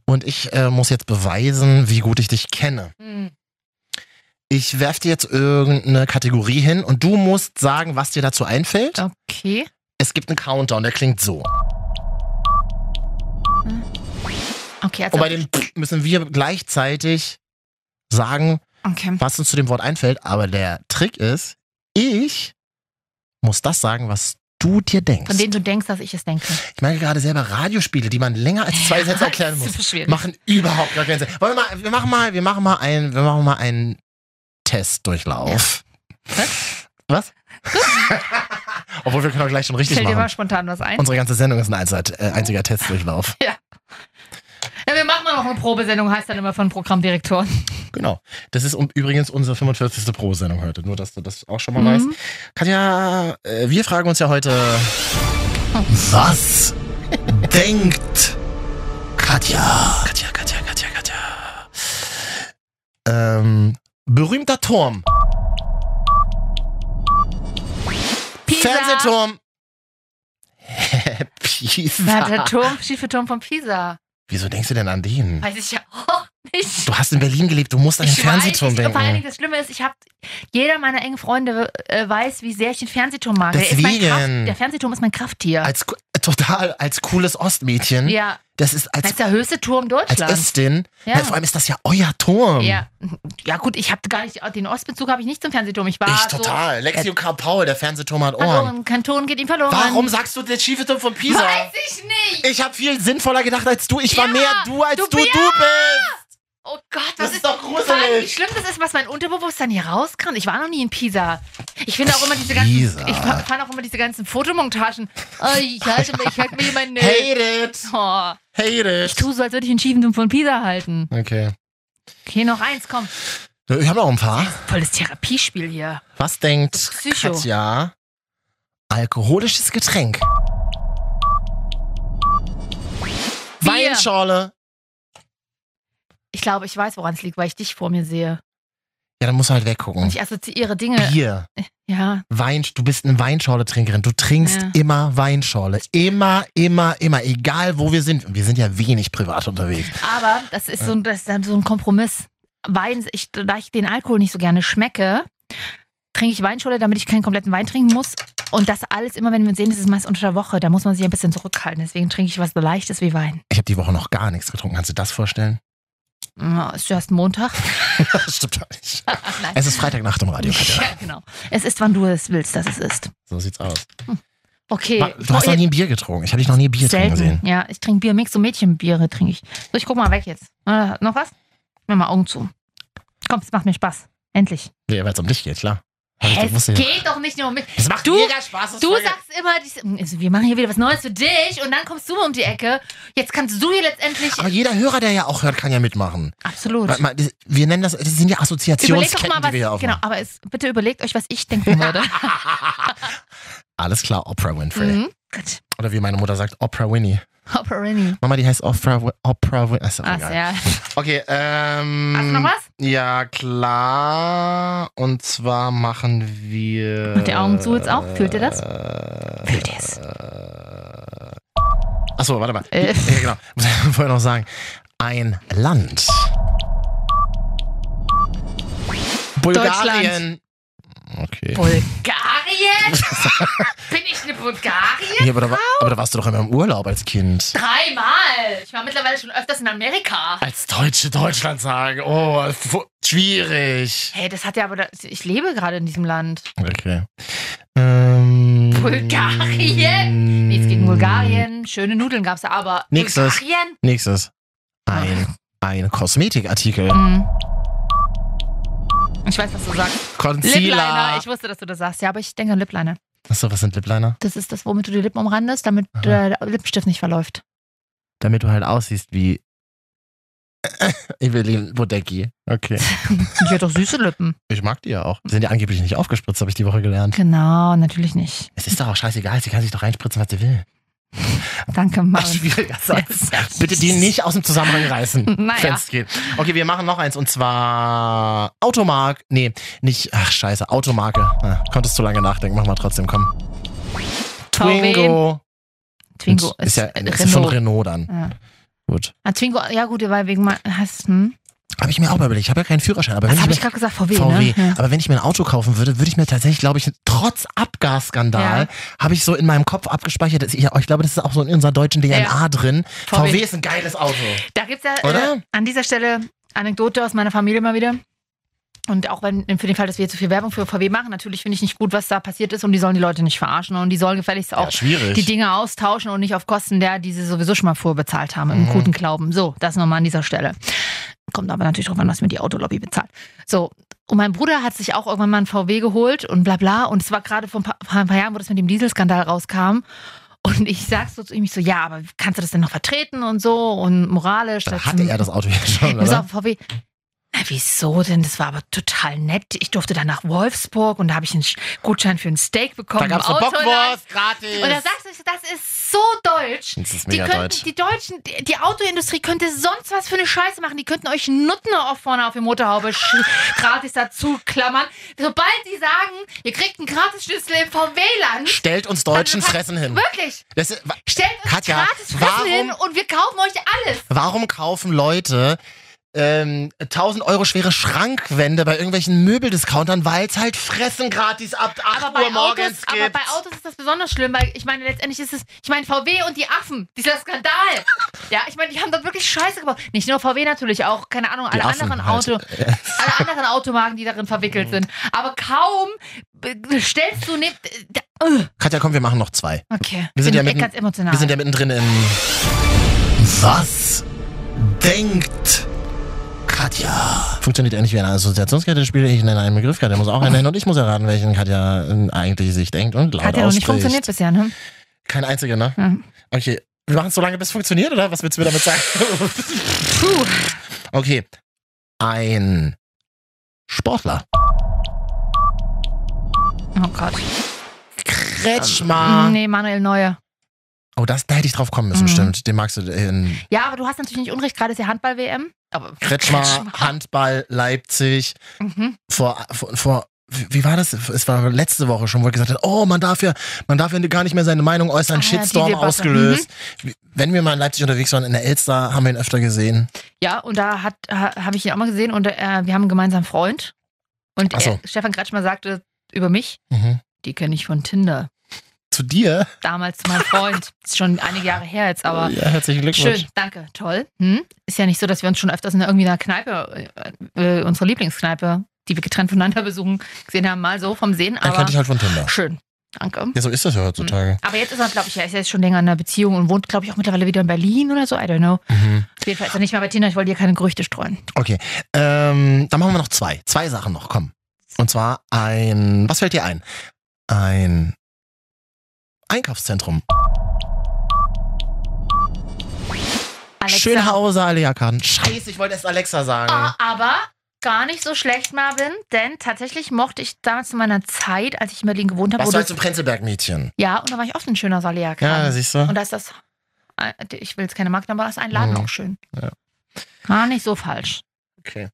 C: Und ich äh, muss jetzt beweisen, wie gut ich dich kenne.
B: Hm.
C: Ich werf dir jetzt irgendeine Kategorie hin und du musst sagen, was dir dazu einfällt.
B: Okay.
C: Es gibt einen Countdown, der klingt so.
B: Okay, also.
C: Und bei dem müssen wir gleichzeitig sagen,
B: okay.
C: was uns zu dem Wort einfällt. Aber der Trick ist, ich muss das sagen, was du dir denkst.
B: Von denen du denkst, dass ich es denke.
C: Ich merke gerade selber Radiospiele, die man länger als zwei Sätze erklären muss.
B: Super schwierig.
C: machen überhaupt gar keinen Sinn. Wollen wir mal, wir machen mal, wir machen mal einen, wir machen mal einen Testdurchlauf. Was? Obwohl wir können auch gleich schon richtig
B: Fällt dir mal
C: machen.
B: spontan was ein?
C: Unsere ganze Sendung ist ein einziger, äh, einziger Testdurchlauf.
B: Ja, wir machen mal noch eine Probesendung, heißt dann immer von Programmdirektoren.
C: Genau. Das ist um, übrigens unsere 45. Pro-Sendung heute. Nur, dass du das auch schon mal weißt.
B: Mhm.
C: Katja, äh, wir fragen uns ja heute, was denkt Katja? Katja, Katja, Katja, Katja. Ähm, berühmter Turm.
B: Pisa.
C: Fernsehturm.
B: Na, der
C: Pisa.
B: Turm, schiefe Turm von Pisa.
C: Wieso denkst du denn an den?
B: Weiß ich ja auch nicht.
C: Du hast in Berlin gelebt, du musst an den
B: Ich weiß,
C: Fernsehturm
B: ich, vor allen Dingen
C: denken.
B: das Schlimme ist, ich habe jeder meiner engen Freunde äh, weiß, wie sehr ich den Fernsehturm mag. Der, ist mein
C: Deswegen.
B: Kraft, der Fernsehturm ist mein Krafttier.
C: Als, co- äh, total als cooles Ostmädchen.
B: ja,
C: Das ist
B: das
C: als,
B: ist der höchste Turm
C: als
B: Deutschlands.
C: Estin.
B: Ja.
C: Ja, vor allem ist das ja euer Turm.
B: ja. ja gut, ich habe gar nicht den Ostbezug habe ich nicht zum Fernsehturm. Ich war
C: Ich
B: so
C: total.
B: Also
C: Lexio Karl Paul, der Fernsehturm hat Ohren.
B: verloren. Kanton geht ihm verloren.
C: Warum sagst du der schiefe Turm von Pisa?
B: Weiß ich nicht.
C: Ich habe viel sinnvoller gedacht als du. Ich war
B: Ja,
C: mehr du als
B: du-
C: du du,
B: ja.
C: bist.
B: Oh Gott, was
C: Das ist doch gruselig.
B: vor allem, Wie schlimm das ist, was mein Unterbewusstsein hier rauskann. Ich war noch nie in Pisa. Ich finde auch immer diese ganzen,
C: Pisa.
B: ich fa- fand auch immer diese ganzen Fotomontagen. Oh, ich halte mir, ich halte mir jemanden.
C: Hate it.
B: Oh,
C: Hate
B: ich
C: it.
B: tue so, als würde ich den Schiefendum von Pisa halten.
C: Okay.
B: Okay, noch eins, komm.
C: Ich habe noch ein paar.
B: Volles Therapiespiel hier.
C: Was denkt
B: Psycho.
C: Katja? Alkoholisches Getränk.
B: Bier.
C: Weinschorle.
B: Ich glaube, ich weiß, woran es liegt, weil ich dich vor mir sehe.
C: Ja, dann musst du halt
B: Und
C: weggucken.
B: ich assoziiere Dinge.
C: Bier.
B: Ja,
C: Wein, du bist eine Weinschorle-Trinkerin. Du trinkst
B: Ja.
C: immer Weinschorle. Immer, immer, immer. Egal, wo wir sind. Und Wir sind ja wenig privat unterwegs.
B: aber das ist, so, ein- das ist dann so ein Kompromiss. Wein, ich, da ich den Alkohol nicht so gerne schmecke, trinke ich Weinschule, damit ich keinen kompletten Wein trinken muss. Und das alles immer, wenn wir uns sehen, das ist meist unter der Woche. Da muss man sich ein bisschen zurückhalten. Deswegen trinke ich was Leichtes wie Wein.
C: Ich habe die Woche noch gar nichts getrunken. Kannst du dir das vorstellen?
B: Ja, Ist erst Montag.
C: Das Stimmt doch nicht.
B: Nein.
C: Es ist Freitagnacht im Radio. Katja.
B: Ja, genau. Es ist, wann du es willst, dass es ist.
C: So sieht's aus.
B: Okay.
C: Ma- Du hast
B: Oh,
C: noch
B: ihr-
C: nie ein Bier getrunken. Ich habe dich noch nie Bier trinken gesehen.
B: Selten. Ja, ich trinke Bier, Mix und Mädchenbiere trinke ich. So, ich guck mal weg jetzt. Äh, noch was? Mach mal Augen zu. Komm, es macht mir Spaß. Endlich.
C: Nee, weil es um dich geht, klar. Hab ich-
B: Es
C: wusste ich-
B: geht doch nicht nur um mich.
C: Es macht
B: Du-
C: mega Spaß. das
B: Du
C: Folge-
B: sagst immer, dies- also wir machen hier wieder was Neues für dich und dann kommst du um die Ecke. Jetzt kannst du hier letztendlich.
C: Aber jeder Hörer, der ja auch hört, kann ja mitmachen.
B: Absolut.
C: Weil man- das- Wir nennen das, das sind ja
B: Überlegt doch
C: Assoziationsketten,
B: mal,
C: die wir hier
B: was. Genau,
C: aufmachen.
B: aber es, bitte überlegt euch, was ich denken würde.
C: Alles klar, Oprah Winfrey.
B: Genau. mhm. Gut.
C: Oder wie meine Mutter sagt, Oprah Winnie.
B: Operini.
C: Mama, die heißt Oprah, Wi- Oprah Winfrey. Achso,
B: Ach
C: egal.
B: ja.
C: Okay, ähm.
B: Ah, Hast du noch was?
C: Ja, klar. Und zwar machen wir.
B: Macht ihr Augen zu jetzt auch? Fühlt ihr das?
C: Äh,
B: Fühlt ihr es?
C: Achso, warte mal.
B: Äh.
C: Ja, genau. Muss ich vorher noch sagen. Ein Land. Bulgarien. Okay.
B: Bulgarien? Bin ich eine Bulgarie?
C: Ja, aber, da, wa- aber da warst du doch immer im Urlaub als Kind.
B: Dreimal. Ich war mittlerweile schon öfters in Amerika.
C: Als Deutsche Deutschland sagen. Oh, fu- schwierig.
B: Hey, das hat ja aber. Das, ich lebe gerade in diesem Land.
C: Okay. Ähm,
B: Bulgarien? Nichts
C: Mm.
B: gegen Bulgarien. Schöne Nudeln gab's da, aber.
C: Nächstes.
B: Bulgarien?
C: Nächstes. Ein, ein Kosmetikartikel.
B: Mhm. Ich weiß, was du sagst. Lipliner.
C: Concealer.
B: Ich wusste, dass du das sagst. Ja, aber ich denke an Lipliner.
C: Achso, was sind Lipliner?
B: Das ist das, womit du die Lippen umrandest, damit
C: Aha.
B: der Lippenstift nicht verläuft.
C: Damit du halt aussiehst wie Evelyn Bodecki. Okay.
B: Ich hat doch süße Lippen.
C: Ich mag die ja auch. Sind ja angeblich nicht aufgespritzt, habe ich die Woche gelernt.
B: Genau, natürlich nicht.
C: Es ist doch auch scheißegal, sie kann sich doch reinspritzen, was sie will.
B: Danke, Mann.
C: Ach, schwieriger Satz. Bitte die nicht aus dem Zusammenhang reißen,
B: Naja.
C: wenn es geht. Okay, wir machen noch eins und zwar Automark. Nee, nicht. Ach, scheiße, Automarke. Ah, konntest zu lange nachdenken, mach mal trotzdem, komm.
B: VW.
C: Twingo.
B: Twingo
C: ist,
B: ist,
C: ja
B: äh,
C: ist
B: Renault.
C: schon Renault dann.
B: Ja.
C: Gut.
B: Ah, Twingo, ja gut, weil wegen mein, hast, hm?
C: Habe ich mir auch mal überlegt. Ich habe ja keinen Führerschein, aber wenn
B: Was
C: ich
B: habe
C: mir,
B: ich gerade gesagt? VW,
C: VW,
B: ne? Ja.
C: aber wenn ich mir ein Auto kaufen würde, würde ich mir tatsächlich, glaube ich, trotz Abgasskandal, habe ich so in meinem Kopf abgespeichert, dass ich, ich glaube, das ist auch so in unserer deutschen DNA drin. VW.
B: VW.
C: ist ein geiles Auto.
B: Da gibt's ja
C: Oder?
B: äh, an dieser Stelle Anekdote aus meiner Familie mal wieder. Und auch wenn für den Fall, dass wir jetzt so viel Werbung für VW machen, natürlich finde ich nicht gut, was da passiert ist und die sollen die Leute nicht verarschen und die sollen gefälligst auch
C: schwierig.
B: die Dinge austauschen und nicht auf Kosten der, die sie sowieso schon mal vorbezahlt haben, im
C: Mhm.
B: guten Glauben. So, das nochmal an dieser Stelle. Kommt aber natürlich drauf an, was mir die Autolobby bezahlt. So, und mein Bruder hat sich auch irgendwann mal einen VW geholt und bla bla. Und es war gerade vor ein paar, vor ein paar Jahren, wo das mit dem Dieselskandal rauskam. Und ich sag so zu ihm, ich so, ja, aber kannst du das denn noch vertreten und so und moralisch?
C: Dann
B: Das-
C: hatte er das Auto ja schon,
B: Pass
C: oder?
B: auf, VW. Na, wieso denn? Das war aber total nett. Ich durfte dann nach Wolfsburg und da habe ich einen Sch- Gutschein für ein Steak bekommen.
C: Da gab's eine
B: Autoland.
C: Bockwurst gratis.
B: Und da sagst du, das ist so deutsch.
C: Das ist
B: Die,
C: Hm. mega
B: könnten,
C: deutsch.
B: die Deutschen, die- die Autoindustrie könnte sonst was für eine Scheiße machen. Die könnten euch Nutten auch vorne auf die Motorhaube sch- gratis dazu klammern. Sobald sie sagen, ihr kriegt einen Gratis-Schlüssel im VW-Land.
C: Stellt uns Deutschen Fressen hin.
B: Wirklich.
C: Das ist, wa-
B: Stellt uns
C: Katja,
B: gratis Fressen hin
C: warum,
B: und wir kaufen euch alles.
C: warum kaufen Leute ähm, 1000 Euro schwere Schrankwände bei irgendwelchen Möbeldiscountern, weil es halt Fressen gratis ab 8
B: Aber bei,
C: Uhr morgens
B: Autos,
C: gibt?
B: aber bei Autos ist das besonders schlimm, weil ich meine, letztendlich ist es, ich meine, VW und die Affen, dieser Skandal. Ja, ich meine, die haben dort wirklich Scheiße gebaut. Nicht nur VW natürlich, auch, keine Ahnung, alle
C: Affen
B: anderen
C: halt. Mhm.
B: Auto, alle anderen Automarken, die darin verwickelt sind. Aber kaum äh, stellst du neben. äh, da- äh,
C: Katja, komm, wir machen noch zwei.
B: Okay.
C: Wir sind,
B: Bin
C: ja
B: ich
C: mitten,
B: ganz emotional.
C: wir sind ja mittendrin in Was denkt Katja? Funktioniert ähnlich wie eine Assoziationskette. Spiele ich nenne einen Begriff, Katja muss auch einen nennen und ich muss erraten, welchen Katja äh, eigentlich sich denkt und laut
B: Hat ja noch nicht
C: ausspricht.
B: funktioniert bisher, ne?
C: Kein einziger, ne?
B: Mhm.
C: Okay. Wir machen es so lange, bis es funktioniert, oder? Was willst du mir damit sagen?
B: Puh.
C: okay. Ein Sportler.
B: Oh Gott.
C: Kretschmer.
B: Nee, Manuel Neuer.
C: Oh, das, da hätte ich drauf kommen müssen,
B: Mhm.
C: stimmt. Den magst du. In
B: Ja, aber du hast natürlich nicht unrecht, gerade ist ja Handball-WM. Aber
C: Kretschmer, Handball, Leipzig.
B: Mhm.
C: vor, vor, vor wie war das? Es war letzte Woche schon, wo er gesagt hat, oh, man darf ja, man darf ja gar nicht mehr seine Meinung äußern,
B: Ah, ja, die
C: Shitstorm
B: Debatte. Mhm.
C: ausgelöst. Wie- Wenn wir mal in Leipzig unterwegs waren, in der Elster, haben wir ihn öfter gesehen.
B: Ja, und da hat ha, habe ich ihn auch mal gesehen und äh, wir haben einen gemeinsamen Freund. Und
C: Ach so.
B: er, Stefan Kretschmer sagte über mich,
C: Mhm.
B: die kenne ich von Tinder.
C: Zu dir?
B: Damals zu meinem Freund. ist schon einige Jahre her jetzt, aber
C: ja, herzlichen Glückwunsch.
B: Ah. schön, danke, toll. Hm? Ist ja nicht so, dass wir uns schon öfters in irgendwie einer Kneipe, äh, äh, unsere Lieblingskneipe, die wir getrennt voneinander besuchen, gesehen haben, mal so vom Sehen,
C: Dann
B: aber
C: kannte ich halt von Tinder.
B: schön, danke.
C: Ja, so ist das ja heutzutage.
B: Aber jetzt ist er, glaube ich, er ist jetzt schon länger in einer Beziehung und wohnt, glaube ich, auch mittlerweile wieder in Berlin oder so. I don't know.
C: Mhm.
B: Auf jeden Fall ist er nicht mehr bei Tinder. Ich wollte dir keine Gerüchte streuen.
C: Okay. Ähm, dann machen wir noch zwei. Zwei Sachen noch, komm. Und zwar ein. Was fällt dir ein? Ein Einkaufszentrum.
B: Alexa.
C: Schönhauser Aleakaden. Scheiße, ich wollte erst Alexa sagen.
B: Ah, aber gar nicht so schlecht, Marvin, denn tatsächlich mochte ich damals zu meiner Zeit, als ich in Berlin gewohnt habe,
C: Was
B: wo
C: sollst
B: du-
C: du Prenzlberg-Mädchen?
B: ja, und da war ich oft ein schöner Saliak.
C: Ja, siehst du.
B: Und da ist das, äh, ich will jetzt keine Marken, aber da ist ein Laden
C: Mhm.
B: auch schön.
C: Ja.
B: Gar nicht so falsch.
C: Okay.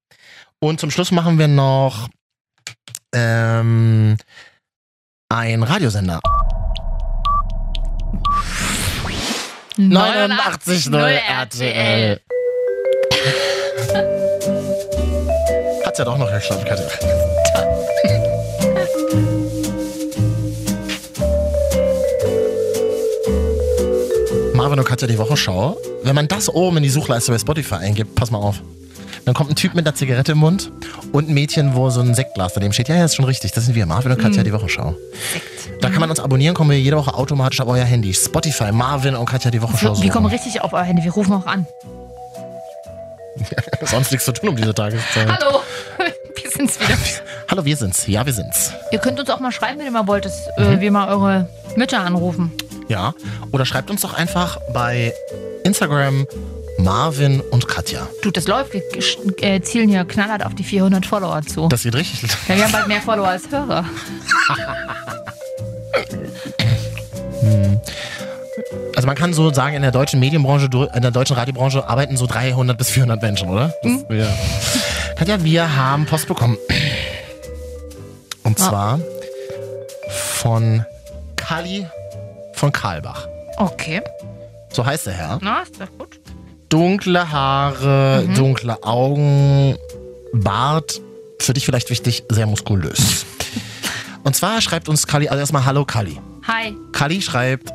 C: Und zum Schluss machen wir noch ähm, ein Radiosender. 89.0 RTL. Hat's ja doch noch geklappt, Katja. Marvin und Katja, die Wochenschau. Wenn man das oben in die Suchleiste bei Spotify eingibt, pass mal auf. Dann kommt ein Typ mit einer Zigarette im Mund und ein Mädchen, wo so ein Sektglas daneben steht. Ja, ja, ist schon richtig. Das sind wir, Marvin und
B: Mhm.
C: Katja, die Wochenschau. Da kann man uns abonnieren, kommen wir jede Woche automatisch auf euer Handy. Spotify, Marvin und Katja, die Wochenschau.
B: Wir
C: suchen.
B: kommen richtig auf euer Handy. Wir rufen auch an.
C: Sonst nichts zu tun um diese Tageszeit.
B: Hallo. Wir sind's wieder.
C: Hallo, wir sind's. Ja, wir sind's.
B: Ihr könnt uns auch mal schreiben, wenn ihr mal wollt, dass
C: Mhm.
B: äh, wir mal eure Mütter anrufen.
C: Ja. Oder schreibt uns doch einfach bei Instagram Marvin und Katja.
B: Du, das läuft. Wir sch- äh, zielen hier knallhart auf die 400 Follower zu.
C: Das geht richtig.
B: Ja, wir haben bald mehr Follower als Hörer.
C: Also man kann so sagen, in der deutschen Medienbranche, du- in der deutschen Radiobranche arbeiten so 300 bis 400 Menschen, oder? Das, ja. Katja, wir haben Post bekommen. Und
B: Ah.
C: zwar von Kali von Karlbach.
B: Okay,
C: So heißt der Herr.
B: na, ist doch gut.
C: dunkle Haare, dunkle Augen, Bart, für dich vielleicht wichtig, sehr muskulös. Und zwar schreibt uns Kali, also erstmal Hallo Kali.
B: Hi.
C: Kali schreibt,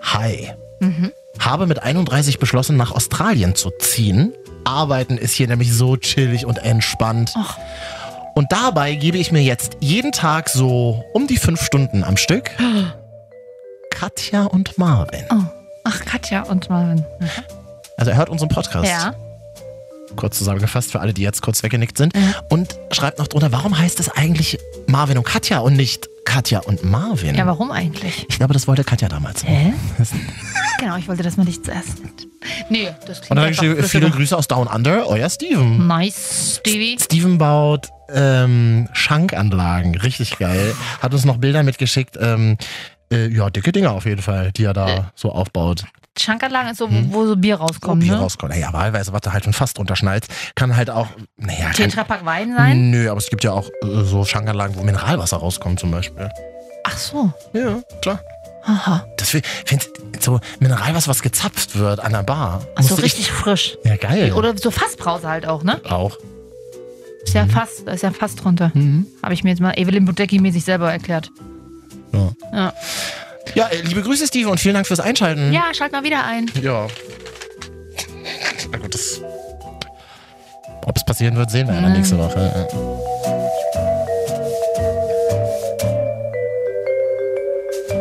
C: Hi.
B: Mhm.
C: Habe mit 31 beschlossen, nach Australien zu ziehen. Arbeiten ist hier nämlich so chillig und entspannt. Und dabei gebe ich mir jetzt jeden Tag so um die fünf Stunden am Stück Katja und Marvin.
B: Oh. Ach, Katja und Marvin.
C: Also er hört unseren Podcast.
B: Ja.
C: kurz zusammengefasst für alle, die jetzt kurz weggenickt sind.
B: Mhm.
C: Und schreibt noch drunter, warum heißt es eigentlich Marvin und Katja und nicht Katja und Marvin?
B: Ja, warum eigentlich?
C: ich glaube, das wollte Katja damals.
B: Hä? genau, ich wollte, dass man dich zuerst nimmt. Nee, das klingt
C: Und dann
B: einfach-
C: geschrieben,
B: das
C: viele
B: ist
C: Grüße Hm. aus Down Under, euer Steven.
B: Nice, Stevie.
C: Steven baut ähm, Schankanlagen, richtig geil. Hat uns noch Bilder mitgeschickt. Ähm, äh, ja, dicke Dinger auf jeden Fall, die er da so aufbaut.
B: Schankanlagen ist so, wo, wo so Bier rauskommt,
C: Hm? Oh, Bier
B: ne?
C: rauskommt. Naja, wahlweise, was du halt schon fast drunter schnallst, kann halt auch, naja, kann,
B: Tetrapack Wein sein?
C: Nö, aber es gibt ja auch äh, so Schankanlagen, wo Mineralwasser rauskommt zum Beispiel.
B: Ach so.
C: Ja, klar.
B: Aha.
C: Das will, wenn's so Mineralwasser, was gezapft wird an der Bar.
B: Ach so,
C: musste ich-
B: richtig frisch.
C: Ja, geil.
B: Oder so Fassbrause halt auch, ne?
C: auch.
B: Ist
C: Mhm.
B: ja fast, ist ja fast drunter. Habe ich mir jetzt mal Evelyn Budecki-mäßig selber erklärt.
C: Ja.
B: Ja.
C: ja, äh, liebe Grüße, Steven, und vielen Dank fürs Einschalten.
B: ja, schalt mal wieder ein.
C: Ja. Na gut, das. Ob es passieren wird, sehen wir ja dann nächste Woche. Ja.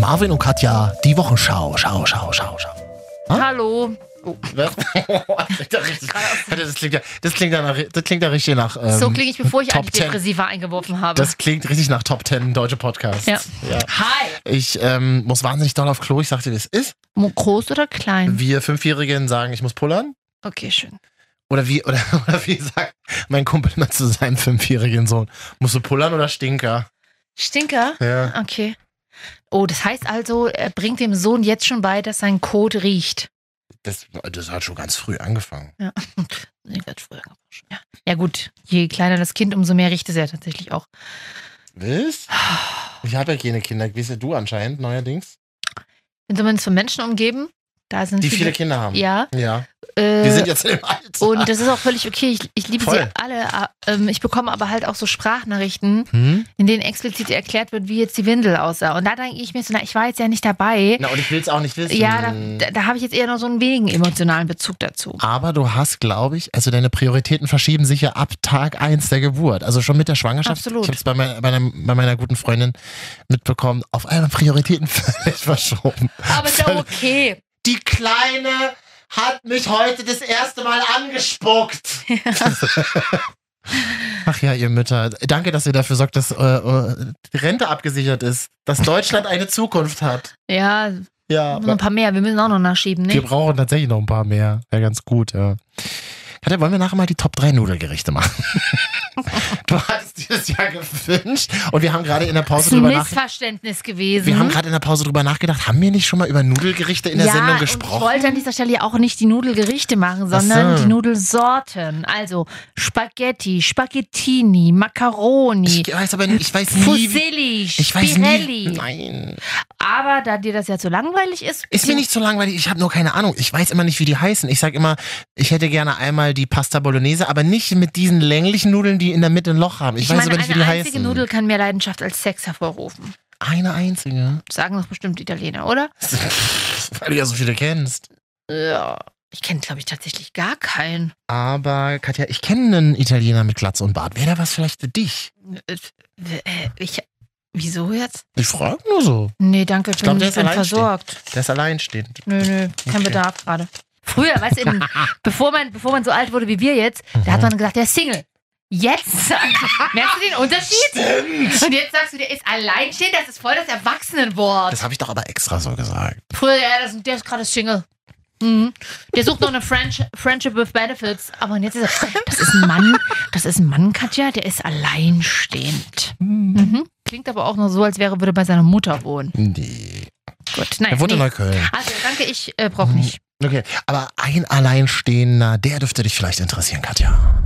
C: Marvin und Katja, die Wochenschau. Schau, schau, schau, schau.
B: Hallo. Oh.
C: Was? das, klingt ja richtig, Alter, das, klingt ja, das, klingt ja nach, das klingt ja richtig nach. Ähm,
B: So klinge ich, bevor ich
C: Top 10.
B: Antidepressiva eingeworfen habe.
C: Das klingt richtig nach Top 10 deutsche Podcasts.
B: Ja.
C: Ja.
B: Hi.
C: Ich ähm, muss wahnsinnig doll auf Klo. Ich sagte, das ist.
B: Mo- Groß oder klein?
C: Wir Fünfjährigen sagen, ich muss pullern.
B: Okay, schön.
C: Oder wie, oder, oder wie sagt mein Kumpel immer zu seinem fünfjährigen Sohn: Musst du pullern oder Stinker?
B: Stinker?
C: Ja.
B: Okay. Oh, das heißt also, er bringt dem Sohn jetzt schon bei, dass sein Kot riecht.
C: Das, das hat schon ganz früh angefangen.
B: Ja. Nee, wird früher gewaschen. Ja. ja, gut. Je kleiner das Kind, umso mehr riecht es ja tatsächlich auch.
C: Was? Ich habe ja keine Kinder. Wie ja du anscheinend neuerdings?
B: Wenn man es von Menschen umgeben, da sind
C: Die viele Kinder haben.
B: Ja,
C: Ja.
B: Äh,
C: Wir sind jetzt im Alter.
B: Und äh, das ist auch völlig okay. Ich, ich liebe
C: Voll.
B: sie alle. a- Ähm, ich bekomme aber halt auch so Sprachnachrichten,
C: Hm?
B: in denen explizit erklärt wird, wie jetzt die Windel aussah. Und da denke ich mir so, na, ich war jetzt ja nicht dabei.
C: Na, und ich will es auch nicht wissen.
B: ja, da, da, da habe ich jetzt eher noch so einen wenigen emotionalen Bezug dazu.
C: aber du hast, glaube ich, also deine Prioritäten verschieben sich ja ab Tag 1 der Geburt. Also schon mit der Schwangerschaft.
B: Absolut.
C: Ich habe es bei, meiner- bei, einem- bei meiner guten Freundin mitbekommen, auf einmal Prioritäten völlig verschoben.
B: Aber ist ja okay.
A: Die Kleine hat mich heute das erste Mal angespuckt.
C: Ach ja, ihr Mütter, danke, dass ihr dafür sorgt, dass äh, äh, die Rente abgesichert ist, dass Deutschland eine Zukunft hat.
B: Ja, noch
C: Ja,
B: ein paar mehr. Wir müssen auch noch nachschieben,
C: wir
B: ne?
C: brauchen tatsächlich noch ein paar mehr. Wäre ganz gut, ja. Katja, wollen wir nachher mal die Top 3 Nudelgerichte machen? du hattest dir das ja gewünscht und wir haben gerade in der
B: Das
C: Pause
B: ist ein
C: drüber nachgedacht.
B: Missverständnis gewesen.
C: Wir haben gerade in der Pause drüber nachgedacht, haben wir nicht schon mal über Nudelgerichte in der
B: ja,
C: Sendung
B: Und ich wollte an
C: gesprochen?
B: dieser Stelle ja auch nicht die Nudelgerichte machen,
C: Ach
B: sondern
C: so.
B: die Nudelsorten. Also Spaghetti, Spaghettini, Macaroni,
C: Ich weiß aber nicht, ich weiß nie. wie-
B: Fusilli,
C: Ich weiß nie.
B: Spirelli.
C: Nein.
B: Aber da dir das ja zu langweilig ist,
C: Ist mir nicht so langweilig, ich habe nur keine Ahnung. Ich weiß immer nicht, wie die heißen. Ich sag immer, ich hätte gerne einmal die Pasta Bolognese, aber nicht mit diesen länglichen Nudeln, die in der Mitte ein Loch haben. Ich,
B: ich
C: weiß
B: meine,
C: aber nicht, wie die
B: eine einzige
C: heißen.
B: Nudel kann mehr Leidenschaft als Sex hervorrufen.
C: Eine einzige.
B: Sagen doch bestimmt Italiener, oder?
C: Weil du ja so viele kennst.
B: Ja. Ich kenne, glaube ich, tatsächlich gar keinen.
C: Aber Katja, ich kenne einen Italiener mit Glatze und Bart. Wäre da was vielleicht für dich?
B: Äh, äh, Ich, wieso jetzt?
C: Ich frage nur so.
B: Nee, danke, ich
C: glaub,
B: bin,
C: der ist
B: bin
C: alleinstehend.
B: versorgt.
C: Der ist alleinstehend.
B: Nö, nö, kein
C: Okay.
B: Bedarf gerade. Früher, weißt du, in, bevor, man, bevor man so alt wurde wie wir jetzt, da hat
C: Mhm.
B: man gesagt, der ist Single. Jetzt merkst du den Unterschied? Und jetzt sagst du, der ist alleinstehend, das ist voll das Erwachsenenwort.
C: Das habe ich doch aber extra so gesagt.
B: Früher, ja, das, der ist gerade Single. Mhm. Der sucht noch eine Friendsh- Friendship with Benefits. Aber jetzt ist er, das ist ein Mann, das ist ein Mann, Katja, der ist alleinstehend. Mhm. Klingt aber auch noch so, als wäre würde bei seiner Mutter wohnen.
C: Nee.
B: Gut, nein.
C: Er wohnt in
B: Äh, nee.
C: Neukölln.
B: Also danke, ich äh, brauche nicht.
C: Okay, aber ein Alleinstehender, der dürfte dich vielleicht interessieren, Katja.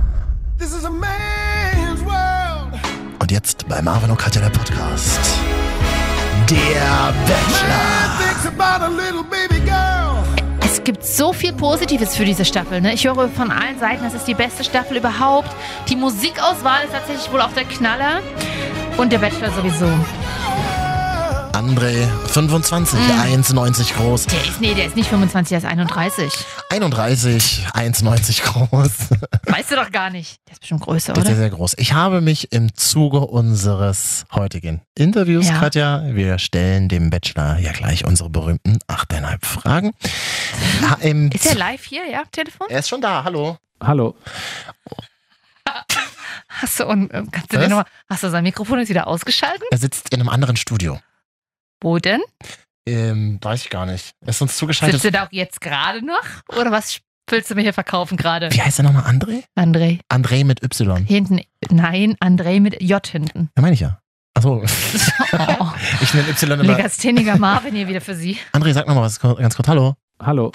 C: Und jetzt bei Marvin und Katja der Podcast. Der Bachelor.
B: Es gibt so viel Positives für diese Staffel. Ne? Ich höre von allen Seiten, das ist die beste Staffel überhaupt. Die Musikauswahl ist tatsächlich wohl auch der Knaller. Und der Bachelor sowieso.
C: André, 25,
B: Mhm.
C: 1,90 groß.
B: Der ist, nee, der ist nicht 25, der ist 31.
C: 31, 1,90 groß.
B: Weißt du doch gar nicht. Der ist bestimmt größer,
C: Das ist sehr,
B: oder?
C: sehr groß. Ich habe mich im Zuge unseres heutigen Interviews,
B: Ja.
C: Katja, wir stellen dem Bachelor ja gleich unsere berühmten 8,5 Fragen. Ha- im
B: Ist der live hier, ja, am Telefon?
C: er ist schon da, hallo.
K: Hallo.
B: Hast du, und, ähm, kannst du
C: Was?
B: den nochmal, hast du sein Mikrofon jetzt wieder ausgeschaltet?
C: Er sitzt in einem anderen Studio.
B: Wo denn?
C: Ähm, weiß ich gar nicht. Er ist uns
B: Sitzt
C: zugeschaltet.
B: du da auch jetzt gerade noch? Oder was willst du mir hier verkaufen gerade?
C: Wie heißt er nochmal? André?
B: André.
C: André mit Y.
B: Hinten. Nein, André mit J hinten.
C: Ja, meine ich ja. Achso,
B: Oh,
C: ich nenne Y immer.
B: legastheniger Marvin hier wieder für Sie.
C: André, sag nochmal was ganz kurz. Hallo.
K: Hallo.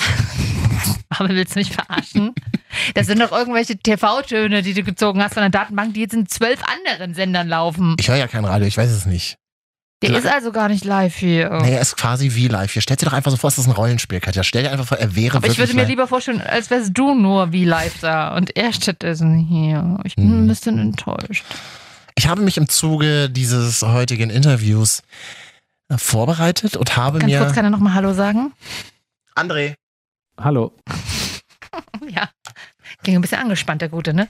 B: Aber willst du mich verarschen? Das sind doch irgendwelche TV-Töne, die du gezogen hast von der Datenbank, die jetzt in zwölf anderen Sendern laufen.
C: Ich höre ja kein Radio, ich weiß es nicht.
B: Der ist also gar nicht live hier.
C: Nee, er ist quasi wie live. Hier stellt dir doch einfach so vor, es ist ein Rollenspiel, Katja. Stell dir einfach vor, er wäre
B: Aber
C: wirklich
B: ich würde mir
C: live.
B: lieber vorstellen, als wärst du nur wie live da und er stattdessen hier. Ich bin
C: Hm.
B: ein bisschen enttäuscht.
C: Ich habe mich im Zuge dieses heutigen Interviews äh, vorbereitet und habe
B: Ganz
C: mir.
B: kurz kann er nochmal Hallo sagen.
C: André.
K: Hallo.
B: Ja. Klingt ein bisschen angespannt, der Gute, ne?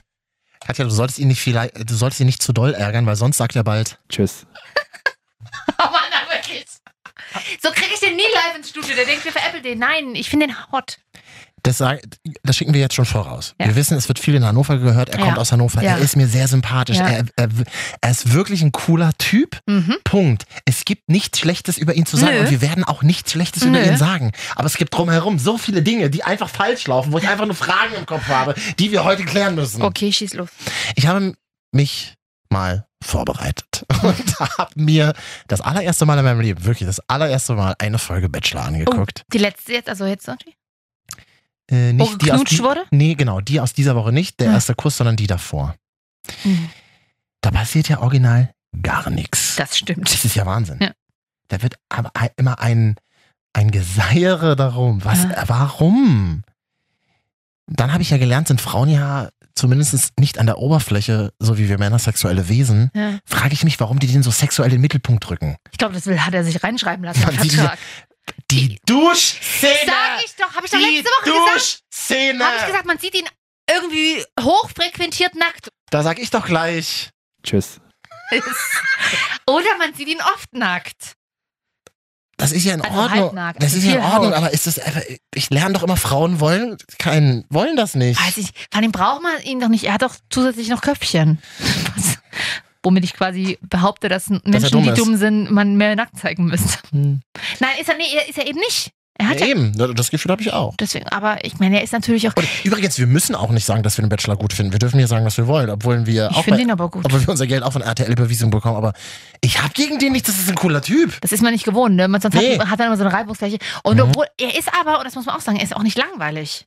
C: Katja, du solltest ihn nicht vielleicht, du solltest ihn nicht zu doll ärgern, weil sonst sagt er bald.
K: Tschüss.
B: Oh Mann, aber wirklich. So kriege ich den nie live ins Studio. Der denkt, wir veräppeln den. Nein, ich finde den hot.
C: Das, sag- das schicken wir jetzt schon voraus.
B: Ja.
C: Wir wissen, es wird viel in Hannover gehört. Er
B: Ja.
C: kommt aus Hannover.
B: Ja.
C: Er ist mir sehr sympathisch.
B: Ja.
C: Er, er, er ist wirklich ein cooler Typ.
B: Mhm.
C: Punkt. Es gibt nichts Schlechtes über ihn zu sagen
B: Nö.
C: und wir werden auch nichts Schlechtes über
B: Nö.
C: ihn sagen. Aber es gibt drumherum so viele Dinge, die einfach falsch laufen, wo ich einfach nur Fragen im Kopf habe, die wir heute klären müssen.
B: Okay, schieß los.
C: Ich habe mich mal vorbereitet und habe mir das allererste Mal in meinem Leben, wirklich das allererste Mal, eine Folge Bachelor angeguckt.
B: Die letzte jetzt, also jetzt noch die?
C: Äh,
B: Wo
C: nicht die aus
B: geknutscht wurde?
C: Nee, genau, die aus dieser Woche nicht, der
B: Hm.
C: erste Kuss, sondern die davor.
B: Hm.
C: Da passiert ja original gar nichts.
B: Das stimmt.
C: Das ist ja Wahnsinn.
B: Ja.
C: Da wird aber ein- immer ein, ein Geseiere darum. Was,
B: Ja.
C: Warum? Dann habe ich ja gelernt, sind Frauen ja zumindest nicht an der Oberfläche, so wie wir Männer, sexuelle Wesen.
B: Ja.
C: Frage ich mich, warum die den so sexuell in den Mittelpunkt rücken.
B: Ich glaube, das will, hat er sich reinschreiben lassen. im
C: Man sieht
B: Vertrag.
C: Die Duschszene!
B: Sag ich doch, habe ich doch
A: Die
B: letzte Woche gesagt.
A: Duschszene!
B: Habe ich gesagt, man sieht ihn irgendwie hochfrequentiert nackt.
C: Da sag ich doch gleich.
E: Tschüss.
B: Oder man sieht ihn oft nackt.
C: Das ist ja in
B: Also
C: Ordnung.
B: halbnackt,
C: das
B: also
C: ist ja in
B: viel
C: Ordnung,
B: Haut.
C: aber ist das einfach, ich lerne doch immer, Frauen wollen keinen, wollen das nicht.
B: Weiß ich, vor allem braucht man ihn doch nicht. Er hat doch zusätzlich noch Köpfchen. Was, womit ich quasi behaupte, dass Menschen,
C: dumm
B: die
C: ist.
B: dumm sind, man mehr nackt zeigen müsste.
C: Hm.
B: Nein, ist er, nee, er- ist er eben nicht. Er hat
C: Ja,
B: ja,
C: eben, das Gefühl habe ich auch.
B: deswegen, aber ich meine, er ist natürlich auch.
C: Und übrigens, wir müssen auch nicht sagen, dass wir den Bachelor gut finden. Wir dürfen hier sagen, was wir wollen, obwohl wir
B: Ich
C: auch
B: finde
C: bei,
B: ihn aber gut.
C: obwohl wir unser Geld auch von RTL überwiesen bekommen. Aber ich habe gegen den nichts. Das ist ein cooler Typ.
B: Das ist man nicht gewohnt, ne? Man sonst
C: Nee.
B: hat, hat dann immer so eine Reibungsfläche. Und
C: Mhm.
B: obwohl, er ist aber, und das muss man auch sagen, er ist auch nicht langweilig.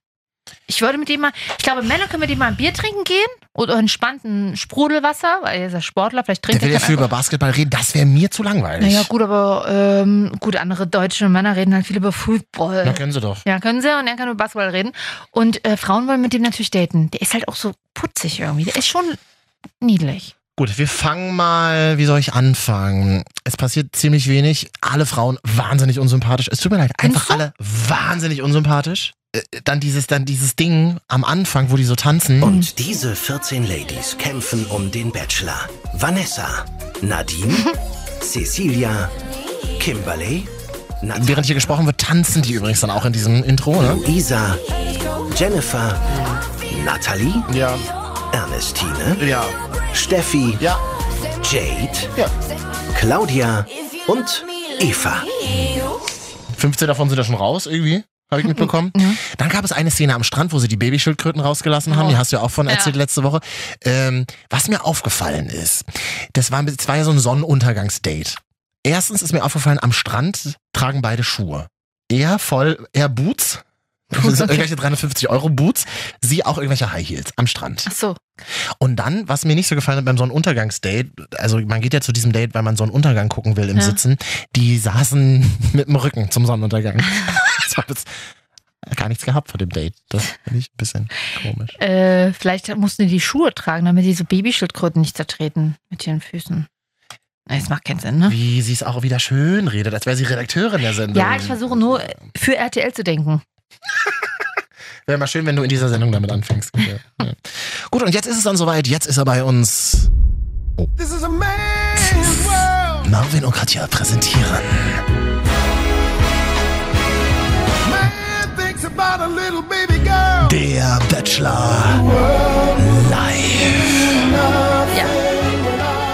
B: Ich würde mit dem mal, ich glaube, Männer können mit dem mal ein Bier trinken gehen oder entspannt ein Sprudelwasser, weil er ist ja Sportler, vielleicht
C: Der
B: trinkt
C: will
B: er
C: ja
B: dann
C: viel über Basketball reden. Das wäre mir zu langweilig.
B: Naja, gut, aber ähm, gut, andere deutsche Männer reden halt viel über Football.
C: Na, können sie doch.
B: Ja, können sie und er kann über Basketball reden. Und äh, Frauen wollen mit dem natürlich daten. Der ist halt auch so putzig irgendwie. Der ist schon niedlich.
C: Gut, wir fangen mal, wie soll ich anfangen? Es passiert ziemlich wenig. Alle Frauen wahnsinnig unsympathisch. Es tut mir leid, einfach
B: Findest du?
C: alle wahnsinnig unsympathisch. Äh, Dann dieses, dann dieses Ding am Anfang, wo die so tanzen.
L: Und diese 14 Ladies kämpfen um den Bachelor. Vanessa, Nadine, Cecilia, Kimberly, Nat
C: Während hier gesprochen wird, tanzen die übrigens dann auch in diesem Intro, ne?
L: Luisa, Jennifer, Natalie,
C: ja.
L: Ernestine, Steffi, Jade, Claudia und Eva.
C: 15 davon sind ja schon raus irgendwie. Habe ich mitbekommen. Dann gab es eine Szene am Strand, wo sie die Babyschildkröten rausgelassen haben. Die hast du Oh. ja auch von erzählt letzte Woche. Ähm, was mir aufgefallen ist, das war, das war ja so ein Sonnenuntergangsdate. Erstens ist mir aufgefallen, am Strand tragen beide Schuhe. Er voll, er Boots. Das sind irgendwelche 350 Euro Boots. Sie auch irgendwelche High Heels am Strand.
B: Ach so.
C: Und dann, was mir nicht so gefallen hat beim Sonnenuntergangsdate, also man geht ja zu diesem Date, weil man Sonnenuntergang gucken will im
B: Ja.
C: Sitzen, die saßen mit dem Rücken zum Sonnenuntergang. das war jetzt gar nichts gehabt von dem Date. Das finde ich ein bisschen komisch.
B: Äh, vielleicht mussten die die Schuhe tragen, damit diese Babyschildkröten nicht zertreten mit ihren Füßen. Nee, Das macht keinen Sinn, ne?
C: Wie sie es auch wieder schön redet, als wäre sie Redakteurin der Sendung.
B: Ja, ich versuche nur äh, für RTL zu denken.
C: Wäre mal schön, wenn du in dieser Sendung damit anfängst. Ja. Ja. Gut, und jetzt ist es dann soweit. Jetzt ist er bei uns. Oh.
M: This is a man's world.
C: Marvin und Katja präsentieren.
M: Man thinks about a little baby girl.
C: Der Bachelor.
B: Ja.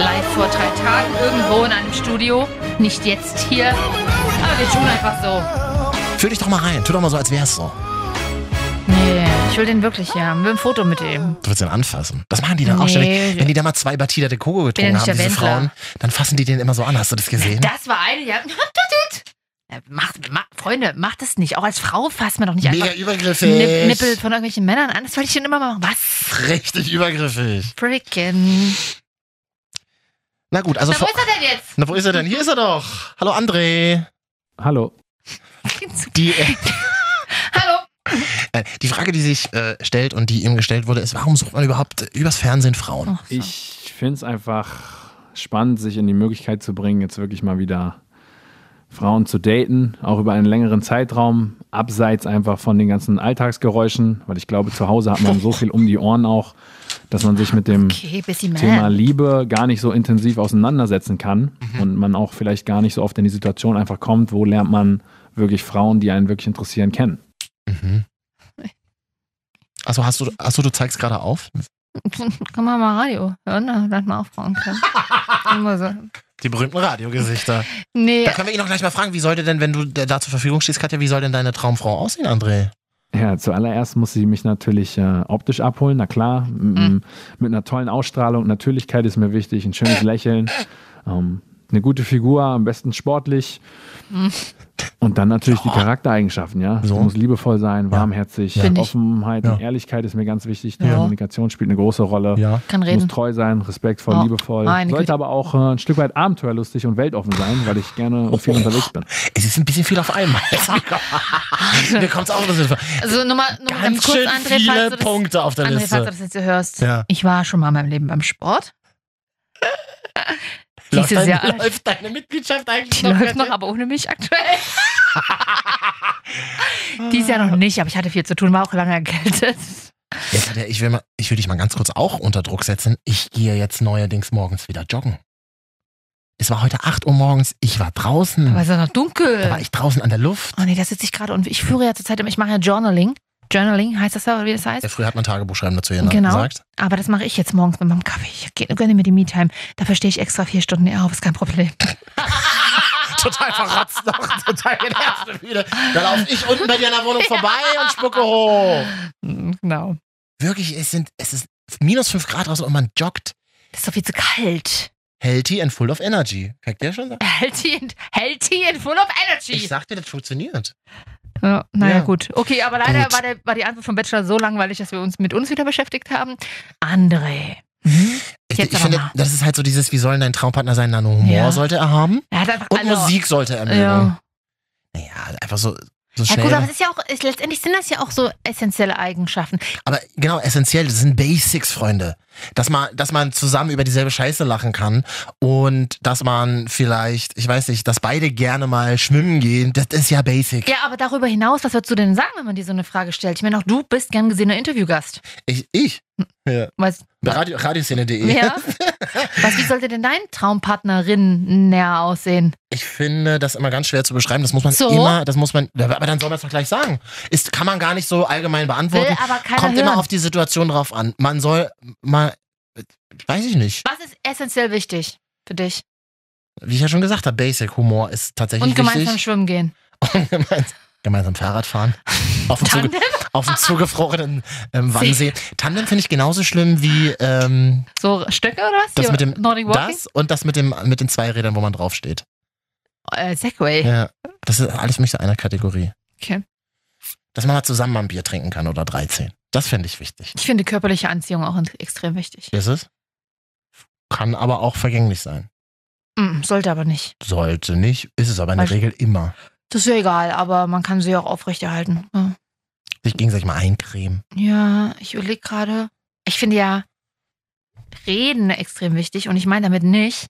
B: Live vor drei Tagen irgendwo in einem Studio. Nicht jetzt hier. Aber wir tun einfach so.
C: Fühl dich doch mal rein. Tu doch mal so, als wär's so.
B: Nee, ich will den wirklich haben. Will ein Foto mit ihm.
C: Du willst den anfassen. Das machen die dann auch
B: Nee.
C: ständig. Wenn die da mal zwei Batida de Coco
B: Bin ja
C: getrunken
B: nicht
C: haben,
B: der
C: diese
B: Wendler.
C: Frauen, dann fassen die den immer so an. Hast du das gesehen?
B: Das war eine, ja. Äh, Macht, ma, Freunde, macht das nicht. Auch als Frau fasst man doch nicht
C: Mega
B: einfach
C: übergriffig.
B: Nipp, Nippel von irgendwelchen Männern an. Das wollte ich schon immer mal machen. Was?
C: Richtig übergriffig.
B: Freaking.
C: Na gut, also.
B: Na, wo
C: vor-
B: ist er denn jetzt?
C: Na, wo ist er denn? Hier ist er doch. Hallo, André.
N: Hallo.
C: Die,
B: Hallo.
C: äh, die Frage, die sich äh, stellt und die ihm gestellt wurde, ist: Warum sucht man überhaupt äh, übers Fernsehen Frauen?
N: Ich finde es einfach spannend, sich in die Möglichkeit zu bringen, jetzt wirklich mal wieder Frauen zu daten, auch über einen längeren Zeitraum, abseits einfach von den ganzen Alltagsgeräuschen, weil ich glaube, zu Hause hat man so viel um die Ohren auch, dass man sich mit dem
B: Okay, busy man.
N: Thema Liebe gar nicht so intensiv auseinandersetzen kann
B: Mhm.
N: und man auch vielleicht gar nicht so oft in die Situation einfach kommt, wo lernt man wirklich Frauen, die einen wirklich interessieren, kennen.
B: Oh.
C: Mhm. Also, hast du, hast du, du zeigst gerade auf?
B: Kann man mal Radio hören, ne? dann mal aufbauen können. Immer so.
C: Die berühmten Radiogesichter.
B: Nee.
C: Da können wir ihn auch gleich mal fragen: Wie sollte denn, wenn du da da zur Verfügung stehst, Katja, wie soll denn deine Traumfrau aussehen, André?
N: Ja, zuallererst muss sie mich natürlich äh, optisch abholen, na klar. M-
B: Mhm.
N: m- Mit einer tollen Ausstrahlung. Natürlichkeit ist mir wichtig, ein
B: Mhm.
N: schönes Lächeln, ähm, eine gute Figur, am besten sportlich. Und dann natürlich die Charaktereigenschaften, ja. Es muss liebevoll sein, warmherzig,
B: Finde ich.
N: Offenheit
B: Ja.
N: und Ehrlichkeit ist mir ganz wichtig. Die
B: Ja.
N: Kommunikation spielt eine große Rolle.
B: Kann
N: Muss
B: reden.
N: treu sein, respektvoll,
B: Ja.
N: liebevoll.
B: Meine
N: Sollte
B: Güte.
N: aber auch äh, ein Stück weit abenteuerlustig und weltoffen sein, weil ich gerne und viel unterwegs bin.
C: Es ist ein bisschen viel auf einmal. Mir kommt es auch ein bisschen vor.
B: Also nochmal noch mal ganz
C: Ganz
B: kurz,
C: schön
B: André,
C: viele
B: falls du das,
C: Punkte auf der
B: André,
C: Liste.
B: falls du das jetzt hier hörst.
C: Ja.
B: Ich war schon mal in meinem Leben beim Sport. Die ist
C: Läuft dein-
B: sehr alt.
C: läuft deine Mitgliedschaft eigentlich
B: Die
C: noch?
B: läuft noch, aber ohne mich aktuell. Dies Jahr noch nicht, aber ich hatte viel zu tun, war auch lange erkältet.
C: Jetzt hat er, ich, will mal, ich will dich mal ganz kurz auch unter Druck setzen. Ich gehe jetzt neuerdings morgens wieder joggen. Es war heute 8 Uhr morgens, ich war draußen.
B: Aber es ist ja noch dunkel.
C: Da war ich draußen an der Luft.
B: Oh nee, da sitze ich gerade und ich führe ja zurzeit, immer- ich mache ja Journaling. Journaling heißt das ja, oder wie das heißt?
C: Ja, früher hat man Tagebuch schreiben dazu ja
B: Genau.
C: gesagt.
B: Aber das mache ich jetzt morgens mit meinem Kaffee. Ich geh- gönne mir die Me-Time. Dafür stehe ich extra vier Stunden eher auf, ist kein Problem.
C: Total verratzt noch, total genervt wieder. Da laufe ich unten bei dir in der Wohnung vorbei und spucke hoch. Hm,
B: Genau.
C: Wirklich, es, sind, es ist minus 5 Grad draußen und man joggt.
B: Das ist doch viel zu kalt.
C: Healthy and full of energy. Kann ich dir schon sagen?
B: Healthy and, healthy and full of energy.
C: Ich sag dir, das funktioniert.
B: Ja, naja,
C: Ja.
B: gut. Okay, aber leider
C: Gut.
B: War, der, war die Antwort vom Bachelor so langweilig, dass wir uns mit uns wieder beschäftigt haben. André.
C: Ich,
B: Jetzt
C: ich
B: aber
C: finde,
B: mal.
C: das ist halt so dieses, wie soll dein Traumpartner sein? Na, nur Humor
B: Ja.
C: sollte er haben.
B: Er hat einfach
C: Und
B: alle-
C: Musik sollte er mögen.
B: Also, Ja.
C: Ja. Naja, also einfach so, so
B: Ja,
C: schnell.
B: gut, aber es ist ja auch, es- letztendlich sind das ja auch so essentielle Eigenschaften.
C: Aber genau, essentiell, das sind Basics, Freunde. Dass man, dass man zusammen über dieselbe Scheiße lachen kann und dass man vielleicht, ich weiß nicht, dass beide gerne mal schwimmen gehen, das ist ja Basic.
B: Ja, aber darüber hinaus, was würdest du denn sagen, wenn man dir so eine Frage stellt? Ich meine, auch du bist gern gesehener Interviewgast.
C: Ich? ich? Ja.
B: Was?
C: Radio, Radioszene.de.
B: Ja. was, wie sollte denn dein Traumpartnerin näher aussehen?
C: Ich finde das immer ganz schwer zu beschreiben. Das muss man
B: So?
C: immer, das muss man, aber dann soll man es doch gleich sagen. Ist, kann man gar nicht so allgemein beantworten.
B: Will aber keiner
C: Kommt immer
B: hören.
C: auf die Situation drauf an. Man soll mal, weiß ich nicht,
B: Was ist essentiell wichtig für dich?
C: wie ich ja schon gesagt habe, Basic Humor ist tatsächlich
B: Und gemeinsam
C: wichtig.
B: schwimmen gehen.
C: gemeinsam, gemeinsam Fahrrad fahren. Auf dem, zuge
B: Tandem?
C: auf dem zugefrorenen ähm, Wannsee. Tandem finde ich genauso schlimm wie ähm,
B: So Stöcke oder was?
C: das
B: Hier,
C: mit dem
B: Nordic Walking?
C: das und das mit dem mit den zwei Rädern, wo man draufsteht.
B: Äh, Segway.
C: Ja, das ist alles für mich so einer Kategorie.
B: Okay.
C: Dass man mal zusammen mal ein Bier trinken kann oder 13. Das fände ich wichtig.
B: Ich finde körperliche Anziehung auch extrem wichtig.
C: Ist es? Kann aber auch vergänglich sein.
B: Mm, sollte aber nicht.
C: Sollte nicht, ist es aber in der
B: Weil-
C: Regel immer.
B: Das ist ja egal, aber man kann sie auch aufrechterhalten. Ja.
C: Sich gegenseitig mal eincremen.
B: Ja, ich überlege gerade. Ich finde ja Reden extrem wichtig und ich meine damit nicht,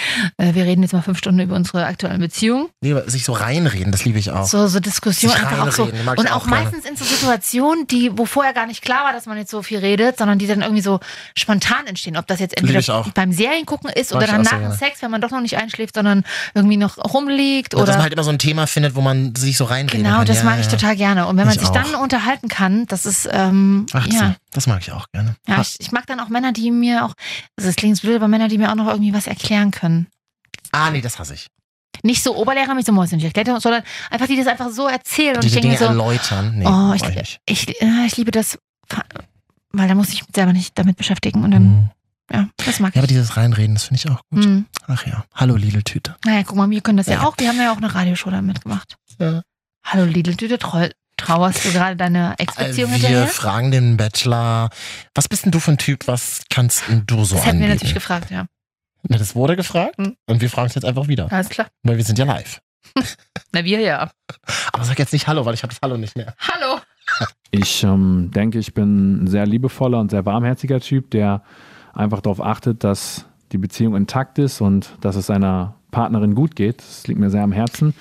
B: äh, wir reden jetzt mal fünf Stunden über unsere aktuellen Beziehungen.
C: Nee, sich so reinreden, das liebe ich auch.
B: So, so Diskussion
C: Sich
B: einfach auch so.
C: reinreden, mag ich
B: Und auch,
C: auch gerne.
B: meistens in so Situationen, die, wo vorher gar nicht klar war, dass man jetzt so viel redet, sondern die dann irgendwie so spontan entstehen. Ob das jetzt
C: Liebe ich
B: entweder
C: auch.
B: beim Seriengucken ist
C: Mag
B: oder
C: ich auch
B: dann nach
C: sehr
B: dem
C: gerne.
B: Sex, wenn man doch noch nicht einschläft, sondern irgendwie noch rumliegt
C: Dass
B: oder.
C: man halt immer so ein Thema findet, wo man sich so reinreden
B: Genau,
C: kann.
B: das
C: Ja,
B: mag
C: ja,
B: ich
C: ja.
B: total gerne. Und wenn man
C: Ich
B: sich
C: auch.
B: dann unterhalten kann, das ist, ähm,
C: 18.
B: ja.
C: Das mag ich auch gerne.
B: Ja,
C: Ha-
B: ich, ich mag dann auch Männer, die mir auch, also es klingt blöd, aber Männer, die mir auch noch irgendwie was erklären können.
C: ah, nee, das hasse ich.
B: Nicht so Oberlehrer mich so Mäuschen nicht erklärt, haben, sondern einfach, die das einfach so erzählen und
C: Die
B: ich
C: die
B: denke mir
C: Dinge
B: so,
C: erläutern. Nee,
B: oh,
C: brauch
B: ich,
C: ich nicht.
B: ich, ja, ich liebe das, weil da muss ich mich selber nicht damit beschäftigen und dann, ja, das mag
C: Mhm. Ja, aber
B: ich.
C: dieses Reinreden, das finde ich auch gut.
B: Hm.
C: Ach ja. Hallo, Lidl-Tüte.
B: Naja, guck mal, wir können das ja,
C: Ja.
B: auch, wir haben ja auch eine Radioshow damit gemacht.
C: Ja.
B: Hallo Lidl-Tüte, trau- trauerst du gerade deine
C: Äh,
B: Ex-Beziehung
C: wir
B: hinterher?
C: fragen den Bachelor, was bist denn du für ein Typ, was kannst denn du so
B: das hätten
C: anbieten?
B: wir natürlich Mhm. gefragt, ja.
C: Na, das wurde gefragt und wir fragen es jetzt einfach wieder,
B: Alles klar.
C: weil wir sind ja live.
B: Na, wir ja.
C: Aber sag jetzt nicht Hallo, weil ich habe das Hallo nicht mehr.
B: Hallo.
N: Ich ähm, denke, ich bin ein sehr liebevoller und sehr warmherziger Typ, der einfach darauf achtet, dass die Beziehung intakt ist und dass es seiner Partnerin gut geht. Das liegt mir sehr am Herzen.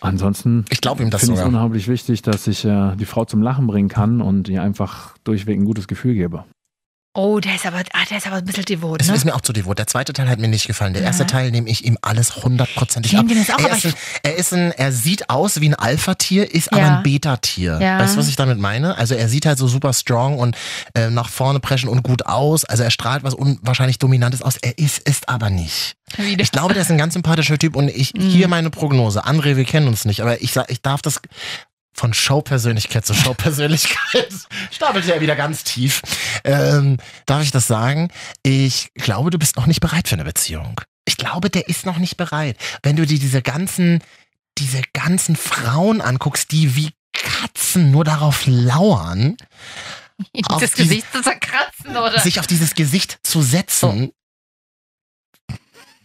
N: Ansonsten
C: ich glaube ihm das
N: finde ich es
C: sogar.
N: unheimlich wichtig, dass ich äh, die Frau zum Lachen bringen kann und ihr einfach durchweg ein gutes Gefühl gebe.
B: Oh, der ist aber, ah, der ist aber ein bisschen devot,
C: Es
B: ne?
C: ist mir auch zu devot. Der zweite Teil hat mir nicht gefallen. Der erste
B: Ja.
C: Teil nehme ich ihm alles hundertprozentig
B: Ich
C: ab.
B: nehm dem das auch,
C: er,
B: aber
C: ist
B: ich-
C: ein, er ist ein, er sieht aus wie ein Alpha-Tier, ist aber
B: Ja.
C: ein Beta-Tier.
B: Ja.
C: Weißt du, was ich damit meine? Also er sieht halt so super strong und äh, nach vorne preschen und gut aus. Also er strahlt was unwahrscheinlich Dominantes aus. Er ist es aber nicht.
B: Wieder.
C: Ich glaube, der ist ein ganz sympathischer Typ und ich, hier meine Prognose. André, wir kennen uns nicht, aber ich, sag- ich darf das von Showpersönlichkeit zu Showpersönlichkeit stapelt ja wieder ganz tief. Ähm, darf ich das sagen? Ich glaube, du bist noch nicht bereit für eine Beziehung. Ich glaube, der ist noch nicht bereit. Wenn du dir diese ganzen diese ganzen Frauen anguckst, die wie Katzen nur darauf lauern, auf
B: das
C: die-
B: Gesicht zu zerkratzen, oder?
C: sich auf dieses Gesicht zu setzen.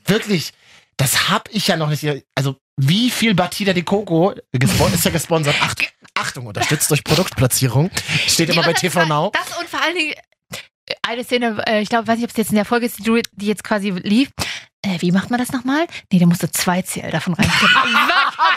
C: Wirklich, das hab ich ja noch nicht. Also, wie viel Batida de Coco gespon- ist ja gesponsert? Acht, Achtung, unterstützt durch Produktplatzierung. Steht immer bei TV Now.
B: Das und vor allen Dingen äh, eine Szene, äh, ich glaube, weiß nicht, ob es jetzt in der Folge ist, die du- die jetzt quasi lief. Äh, wie macht man das nochmal? Nee, da musste zwei Zähl davon rein.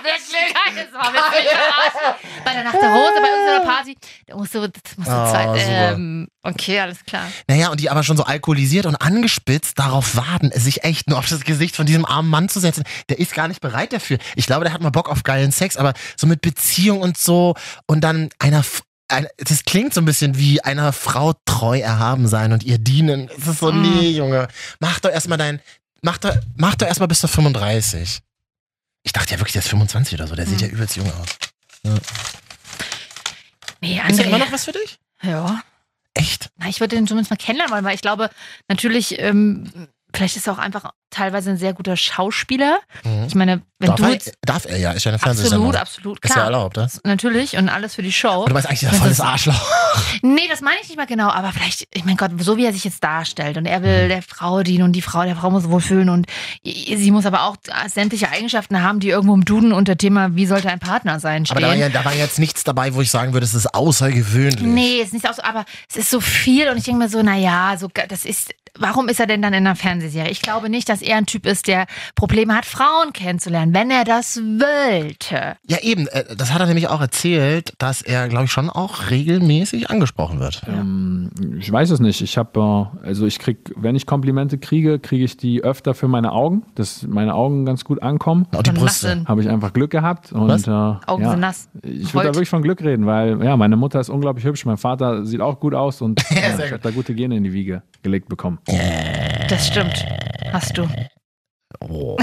M: Wirklich?
B: Geiles war wirklich verarscht. bei der Nacht der Hose, bei unserer Party. Da musst du, das musst du
C: Ah,
B: zwei.
C: super.
B: Ähm, okay, alles klar.
C: Naja, und die aber schon so alkoholisiert und angespitzt darauf warten, sich echt nur auf das Gesicht von diesem armen Mann zu setzen. Der ist gar nicht bereit dafür. Ich glaube, der hat mal Bock auf geilen Sex, aber so mit Beziehung und so und dann einer. F- ein- Das klingt so ein bisschen wie einer Frau treu erhaben sein und ihr dienen. Es ist so,
B: Mm.
C: nee, Junge, mach doch erstmal dein, mach doch, mach doch erstmal bis zur 35. Ich dachte ja wirklich, der ist 25 oder so, der
B: Hm.
C: sieht ja übelst jung aus. Ja.
B: Nee,
C: Ist da
B: André.
C: immer noch was für dich?
B: Ja.
C: Echt?
B: Na, ich würde den zumindest mal kennenlernen wollen, weil ich glaube, natürlich, ähm, vielleicht ist er auch einfach teilweise ein sehr guter Schauspieler.
C: Mhm.
B: Ich meine, wenn
C: darf,
B: du
C: er,
B: jetzt,
C: darf er ja, ist ja eine Fernsehsendung.
B: absolut, absolut,
C: Ist
B: klar.
C: ja erlaubt, ne?
B: Natürlich, und alles für die Show.
C: Aber du meinst eigentlich, der
B: Das
C: volles
B: ist-
C: Arschloch.
B: Nee, das meine ich nicht mal genau, aber vielleicht, ich mein Gott, so wie er sich jetzt darstellt und er
C: Mhm.
B: will der Frau dienen und die Frau, der Frau muss wohlfühlen und i- sie muss aber auch sämtliche Eigenschaften haben, die irgendwo im Duden unter Thema, wie sollte ein Partner sein, stehen.
C: Aber da war, ja, da war jetzt nichts dabei, wo ich sagen würde, es ist außergewöhnlich.
B: Nee, ist nicht auch so, aber es ist so viel und ich denke mir so, naja, so, ge- das ist, warum ist er denn dann in einer Fernsehserie? Ich glaube nicht, dass er ein Typ ist, der Probleme hat, Frauen kennenzulernen, wenn er das wollte.
C: Ja, eben, äh, das hat er nämlich auch erzählt, dass er, glaube ich, schon auch regelmäßig angesprochen wird.
N: Ähm, ich weiß es nicht. Ich habe, äh, also ich krieg, wenn ich Komplimente kriege, kriege ich die öfter für meine Augen, dass meine Augen ganz gut ankommen.
C: Auch Oh, die Dann Brüste. nass sind.
N: Habe ich einfach Glück gehabt. Und,
C: Was?
N: Äh,
B: Augen
N: ja,
B: sind nass.
N: Ich
B: Volt.
N: würde da wirklich von Glück reden, weil ja, meine Mutter ist unglaublich hübsch, mein Vater sieht auch gut aus und ja,
B: sehr
N: ich habe da gute Gene in die Wiege gelegt bekommen.
B: Das stimmt.
C: Äh.
B: Hast du.
C: Oh.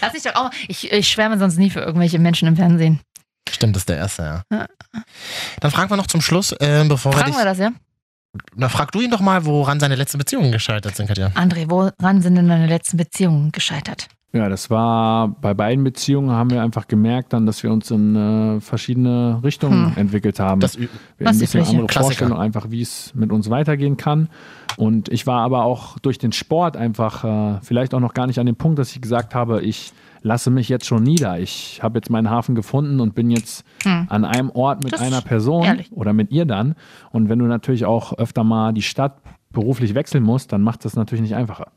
B: Lass mich doch auch, ich, ich schwärme sonst nie für irgendwelche Menschen im Fernsehen.
C: Stimmt, das ist der erste, ja. Dann fragen wir noch zum Schluss, äh, bevor wir
B: Fragen
C: dich.
B: wir das, ja?
C: Na, frag du ihn doch mal, woran seine letzten Beziehungen gescheitert sind, Katja.
B: André, woran sind denn deine letzten Beziehungen gescheitert?
N: Ja, das war bei beiden Beziehungen haben wir einfach gemerkt dann, dass wir uns in äh, verschiedene Richtungen
B: Hm.
N: entwickelt haben.
C: Das ü-
N: wir hatten ein
B: Was
N: bisschen
B: übliche.
N: andere
B: Klassiker.
N: Vorstellung einfach, wie es mit uns weitergehen kann. Und ich war aber auch durch den Sport einfach äh, vielleicht auch noch gar nicht an dem Punkt, dass ich gesagt habe, ich lasse mich jetzt schon nieder. Ich habe jetzt meinen Hafen gefunden und bin jetzt
B: Hm.
N: an einem Ort mit
B: Das
N: einer
B: ist
N: Person
B: ehrlich.
N: oder mit ihr dann. Und wenn du natürlich auch öfter mal die Stadt beruflich wechseln musst, dann macht das natürlich nicht einfacher.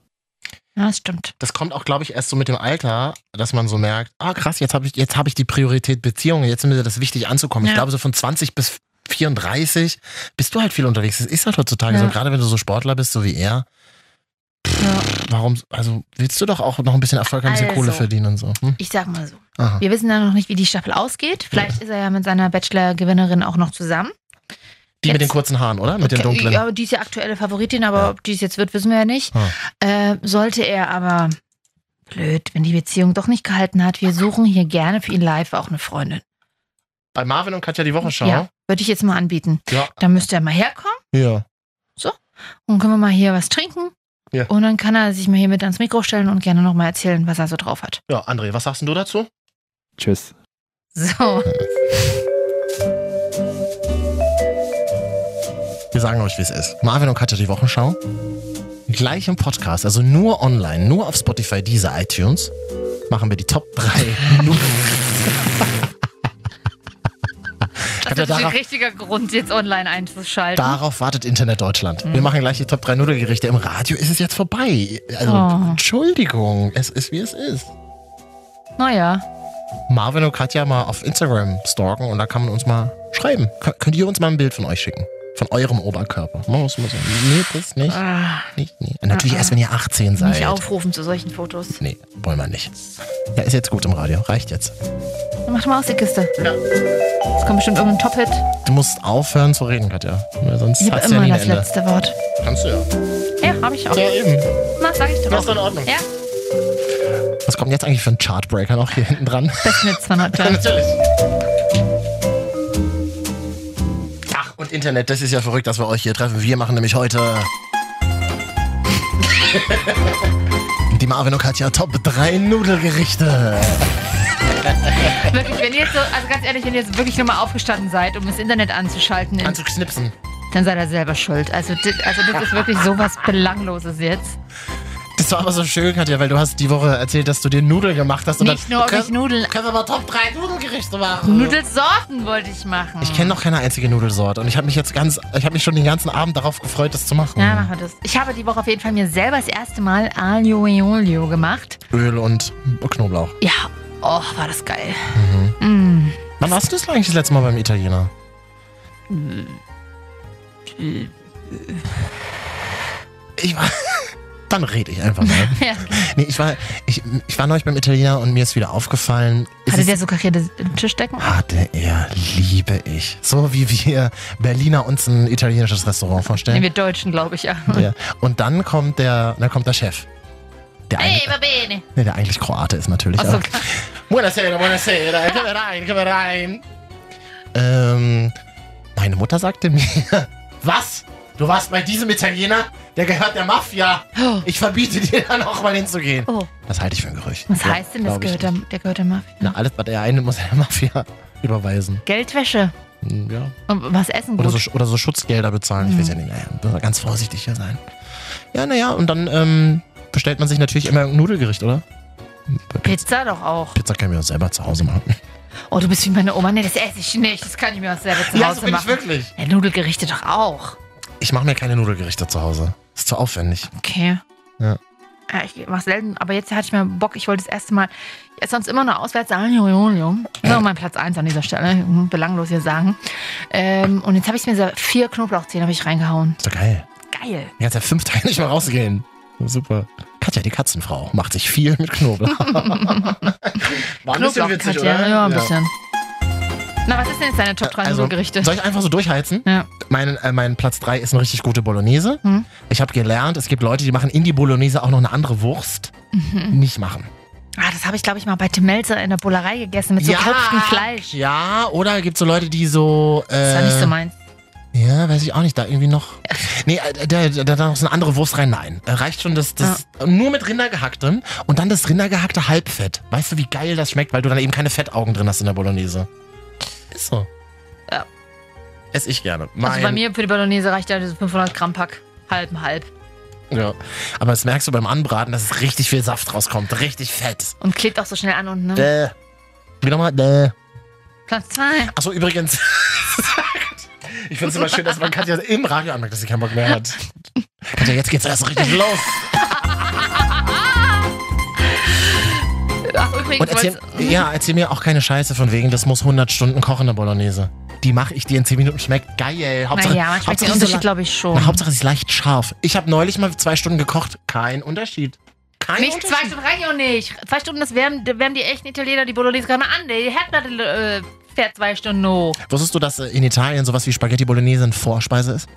B: Ja, das stimmt.
C: Das kommt auch, glaube ich, erst so mit dem Alter, dass man so merkt, ah krass, jetzt habe ich, jetzt hab ich die Priorität Beziehung, jetzt ist mir das wichtig anzukommen. Ich
B: Ja.
C: glaube, so von 20 bis 34 bist du halt viel unterwegs. Das ist halt heutzutage
B: Ja.
C: so, gerade wenn du so Sportler bist, so wie er.
B: Ja.
C: Warum, also willst du doch auch noch ein bisschen Erfolg, ein bisschen
B: Also.
C: Kohle verdienen und so. Hm?
B: Ich sag mal so.
C: Aha.
B: Wir wissen ja noch nicht, wie die Staffel ausgeht. Vielleicht ist er ja mit seiner Bachelor-Gewinnerin auch noch zusammen.
C: Die mit
B: Jetzt-
C: den kurzen Haaren, oder? Mit den dunklen.
B: Ja, die ist ja aktuelle Favoritin, aber ob die es jetzt wird, wissen wir ja nicht.
C: Ah.
B: Äh, sollte er aber blöd, wenn die Beziehung doch nicht gehalten hat, wir suchen hier gerne für ihn live auch eine Freundin.
C: Bei Marvin und Katja die Wochenschau.
B: Ja, würde ich jetzt mal anbieten.
C: Ja.
B: Dann müsste er mal herkommen
C: ja.
B: und können wir mal hier was trinken.
C: Ja.
B: Und dann kann er sich mal hier mit ans Mikro stellen und gerne nochmal erzählen, was er so drauf hat.
C: Ja, André, was sagst denn du dazu?
N: Tschüss.
B: So.
C: Wir sagen euch, wie es ist. Marvin und Katja die Wochenschau. Gleich im Podcast, also nur online, nur auf Spotify, diese iTunes, machen wir die Top 3. Nur-
B: Das
C: Katja,
B: ist ein
C: darauf,
B: richtiger Grund, jetzt online einzuschalten.
C: darauf wartet Internet Deutschland.
B: Mhm.
C: Wir machen gleich die Top 3 Nudelgerichte. Im Radio ist es jetzt vorbei. Also,
B: Oh.
C: Entschuldigung, es ist wie es ist.
B: Naja.
C: Marvin und Katja mal auf Instagram stalken und da kann man uns mal schreiben. Kö- Könnt ihr uns mal ein Bild von euch schicken? Von eurem Oberkörper. Man muss mal sagen, nee, das nicht.
B: Ah,
C: nicht nee. Natürlich
B: Ah, ah.
C: erst, wenn ihr 18 seid.
B: nicht aufrufen zu solchen Fotos.
C: Nee, wollen wir nicht. Ja, ist jetzt gut im Radio. Reicht jetzt.
B: Dann mach doch mal aus die Kiste. Ja. Es kommt bestimmt irgendein Top-Hit.
C: Du musst aufhören zu reden, Katja. Weil sonst
B: Ich habe
C: hat's ja
B: immer
C: nie ein
B: das
C: Ende.
B: letzte Wort.
C: Kannst du ja.
B: Ja, habe ich auch.
C: Ja, eben.
B: Na, sag ich doch.
C: Das ist in Ordnung.
B: Ja,
C: Was kommt jetzt eigentlich für ein Chartbreaker noch hier hinten dran?
B: Bestnetz von heute.
C: Ach, und Internet, das ist ja verrückt, dass wir euch hier treffen. Wir machen nämlich heute. die die Marvin und Katja Top 3 Nudelgerichte.
B: Wirklich, wenn ihr jetzt so, also ganz ehrlich, wenn ihr jetzt wirklich nochmal aufgestanden seid, um das Internet anzuschalten,
C: Also-
B: in-
C: Anzuknipsen.
B: dann seid ihr selber schuld. Also, di- also das ist wirklich sowas Belangloses jetzt.
C: Das war aber so schön, Katja, weil du hast die Woche erzählt, dass du dir Nudeln gemacht hast. Und
B: Nicht nur, ob ich Nudeln.
C: Können wir mal Top 3 Nudelgerichte machen?
B: Nudelsorten wollte ich machen.
C: Oh. Ich kenne noch keine einzige Nudelsorte und ich habe mich jetzt ganz, ich habe mich schon den ganzen Abend darauf gefreut, das zu machen.
B: Ja, machen wir das. Ich habe die Woche auf jeden Fall mir selber das erste Mal Aglio e Olio gemacht.
C: Öl und Knoblauch.
B: Ja, oh, war das geil. Mm.
C: Wann warst du das eigentlich das letzte Mal beim Italiener? Ich war. Dann rede ich einfach mal.
B: Ja.
C: Nee, ich war, ich, ich war neulich beim Italiener und mir ist wieder aufgefallen. es
B: Hatte
C: ist-
B: der so karierte Tischdecken?
C: hatte er, liebe ich. So wie wir Berliner uns ein italienisches Restaurant
B: Nee,
C: vorstellen.
B: wir Deutschen, glaube ich, ja.
C: Ja. Und dann kommt der, dann kommt der Chef. Der,
B: Hey,
C: eigentlich-
B: va bene.
C: nee, der eigentlich Kroate ist natürlich.
B: Ach so,
C: aber- Buonasera, buonasera, komm rein, komm rein. Ähm, meine Mutter sagte mir, was? Du warst bei diesem Italiener? Der gehört der Mafia. Ich verbiete dir dann auch mal hinzugehen.
B: Oh.
C: Das halte ich für ein Gerücht.
B: Was
C: Ja,
B: heißt denn, das
C: glaub ich
B: gehört der, der gehört der Mafia?
C: nicht. Na, alles, was er einnimmt, muss er der Mafia überweisen.
B: Geldwäsche.
C: Hm, Ja.
B: Und was essen
C: Oder
B: gut.
C: so, oder so Schutzgelder bezahlen. Ich
B: Mhm.
C: weiß ja nicht, naja, muss man ganz vorsichtig hier sein. Ja, naja, und dann ähm, bestellt man sich natürlich immer ein Nudelgericht, oder? Hm,
B: Pizza doch auch.
C: Pizza können wir uns selber zu Hause machen.
B: Oh, du bist wie meine Oma. Nee, das esse ich nicht. Das kann ich mir auch selber zu
C: Ja, so
B: Hause
C: bin ich
B: machen.
C: wirklich.
B: Ja, Nudelgerichte doch auch.
C: Ich mache mir keine Nudelgerichte zu Hause. Ist zu aufwendig.
B: Okay.
C: Ja.
B: Ja, ich mach selten, aber jetzt hatte ich mal Bock. Ich wollte das erste Mal. Ich esse sonst immer nur auswärts. Nur mein Platz 1 an dieser Stelle. Mhm, Belanglos hier sagen. Ähm, und jetzt habe ich mir so vier Knoblauchzehen habe ich reingehauen.
C: Ist doch geil.
B: Geil.
C: Mir hat ja fünf Tage nicht mal rausgehen. Super. Katja, die Katzenfrau, macht sich viel mit Knoblauch. War ein bisschen witzig,
B: Katja.
C: oder?
B: Ja, ein
C: Ja. Also,
B: bisschen. Na, was ist denn jetzt deine Top 3 Nudelgerichte?
C: Soll ich einfach so durchheizen?
B: Ja.
C: Mein, äh, mein Platz 3 ist eine richtig gute Bolognese.
B: Hm?
C: Ich habe gelernt, es gibt Leute, die machen in die Bolognese auch noch eine andere Wurst.
B: Mhm.
C: Nicht machen.
B: Ah, das habe ich, glaube ich, mal bei Tim Melzer in der Bullerei gegessen mit so
C: Ja.
B: klopftem Fleisch.
C: Ja, oder gibt es so Leute, die so. Äh,
B: Das war nicht so meins.
C: Ja, weiß ich auch nicht. Da irgendwie noch. Nee, äh, da, da, da noch so eine andere Wurst rein. Nein. Äh, Reicht schon das. das Nur mit Rindergehacktem und dann das Rindergehackte Halbfett. Weißt du, wie geil das schmeckt, weil du dann eben keine Fettaugen drin hast in der Bolognese. Ist so.
B: Ja.
C: Ess ich gerne.
B: Also
C: Mein-
B: bei mir für die Bolognese reicht ja dieses 500 Gramm Pack. Halb, und halb.
C: Ja. Aber das merkst du beim Anbraten, dass es richtig viel Saft rauskommt. Richtig fett.
B: Und klebt auch so schnell an unten, ne?
C: Bäh. Wie nochmal? Bäh.
B: Platz zwei.
C: Achso, übrigens. ich finde es immer schön, dass man Katja im Radio anmerkt, dass sie keinen Bock mehr hat. Katja, jetzt geht's erst richtig los.
B: Ach, übrigens,
C: Und erzähl,
B: wollt's-
C: ja, erzähl mir auch keine Scheiße von wegen, das muss 100 Stunden kochende Bolognese. Die mache ich dir in 10 Minuten, schmeckt geil. Hauptsache,
B: Naja, man schmeckt den
C: Hauptsache, sie ist
B: Unterschied,
C: la-
B: glaube ich, schon.
C: Na, Hauptsache, sie ist leicht scharf. Ich habe neulich mal zwei Stunden gekocht, kein Unterschied. Kein
B: Nicht
C: Unterschied.
B: zwei Stunden reicht auch nicht. Zwei Stunden, das wärmen, da wärmen die echten Italiener die Bolognese gerade mal an. Die Herdplatte äh, fährt zwei Stunden hoch.
C: Wusstest du, dass äh, in Italien sowas wie Spaghetti Bolognese eine Vorspeise ist?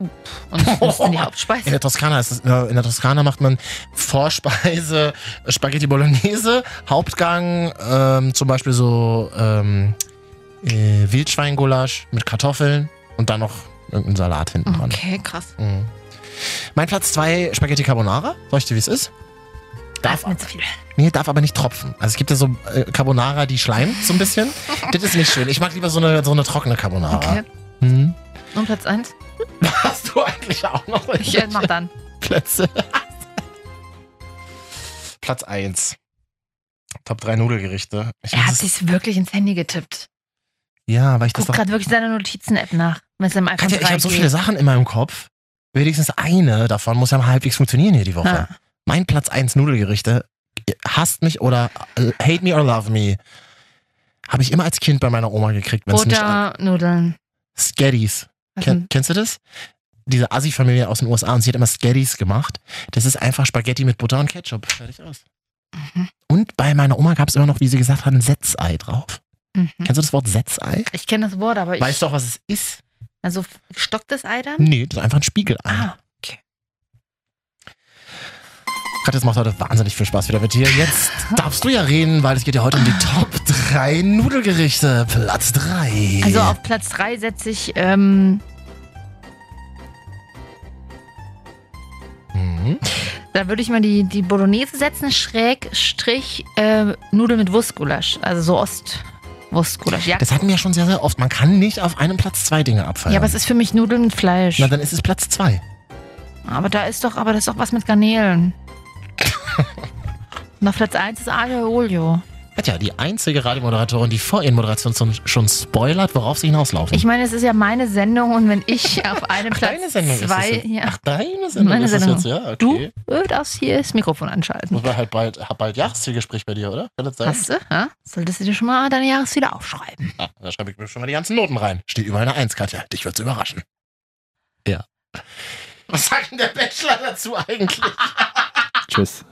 B: Und das ist dann die Hauptspeise.
C: In der Toskana ist es, äh, in der Toskana macht man Vorspeise äh, Spaghetti Bolognese, Hauptgang ähm, zum Beispiel so ähm, äh, Wildschweingulasch mit Kartoffeln und dann noch irgendeinen Salat hinten dran.
B: Okay, krass.
C: Mhm. Mein Platz 2 Spaghetti Carbonara. Soll ich dir, wie es ist?
B: Darf nicht zu viel.
C: Nee, darf aber nicht tropfen. Also es gibt ja so äh, Carbonara, die schleimt so ein bisschen. das ist nicht schön. Ich mag lieber so eine, so eine trockene Carbonara.
B: Okay.
C: Mhm.
B: Und Platz eins?
C: Hast du eigentlich auch noch
B: Ich äh, mach dann.
C: Plätze. Platz 1. Top 3 Nudelgerichte. Ich
B: Er hat
C: muss es-
B: sich wirklich ins Handy getippt.
C: ja, weil ich das
B: Guck
C: doch.
B: gerade wirklich seiner Notizen-App nach. Mit seinem iPhone
C: Katja, ich
B: 3G.
C: habe so viele Sachen in meinem Kopf. Wenigstens eine davon muss ja mal halbwegs funktionieren hier die Woche.
B: Ja.
C: Mein Platz 1 Nudelgerichte. ihr Hasst mich oder äh, hate me or love me. Habe ich immer als Kind bei meiner Oma gekriegt, wenn es nicht an.
B: Butternudeln.
C: Skeddies.
B: Was
C: Ken,
B: denn?
C: kennst du das? Diese Assi-Familie aus den USA und sie hat immer Skeddies gemacht. Das ist einfach Spaghetti mit Butter und Ketchup. Fertig aus.
B: Mhm.
C: Und bei meiner Oma gab es immer noch, wie sie gesagt hat, ein Setzei drauf.
B: Mhm.
C: Kennst du das Wort Setzei?
B: Ich kenne das Wort, aber ich.
C: Weißt du auch, was es ist?
B: Also gestocktes Ei dann?
C: Nee, das ist einfach ein Spiegelei. Ah,
B: okay.
C: Katja, das macht heute wahnsinnig viel Spaß wieder mit dir. Jetzt darfst du ja reden, weil es geht ja heute um die Top 3 Nudelgerichte. Platz 3.
B: Also auf Platz 3 setze ich ähm,
C: Mhm.
B: Da würde ich mal die, die Bolognese setzen, schräg, Strich, äh, Nudeln mit Wurstgulasch. Also so Ost-Wurstgulasch. Ja.
C: Das hatten wir ja schon sehr, sehr oft. Man kann nicht auf einem Platz zwei Dinge abfeiern.
B: ja, aber es ist für mich Nudeln mit Fleisch.
C: Na, dann ist es Platz zwei.
B: Aber da ist doch, aber das ist doch was mit Garnelen. Und auf Platz 1 ist Aglio e Olio.
C: Hat ja die einzige Radiomoderatorin, die vor ihren Moderationen schon, schon spoilert, worauf sie hinauslaufen.
B: Ich meine, es ist ja meine Sendung und wenn ich auf einem Platz
C: deine Sendung ist es
B: zwei.
C: jetzt.
B: ja.
C: Ach, deine Sendung
B: meine
C: ist es
B: Sendung.
C: jetzt, ja, okay.
B: Du darfst hier das Mikrofon anschalten.
C: Und wir halt bald, hab bald Jahreszielgespräch bei dir, oder? Kann das sein?
B: Hast du? Ja? Solltest du dir schon mal deine Jahresziele aufschreiben?
C: Ah, da schreibe ich mir schon mal die ganzen Noten rein. Steht überall eine Eins, Katja. Dich wird's überraschen. Ja.
A: Was sagt denn der Bachelor dazu eigentlich?
B: Ah,
N: Tschüss.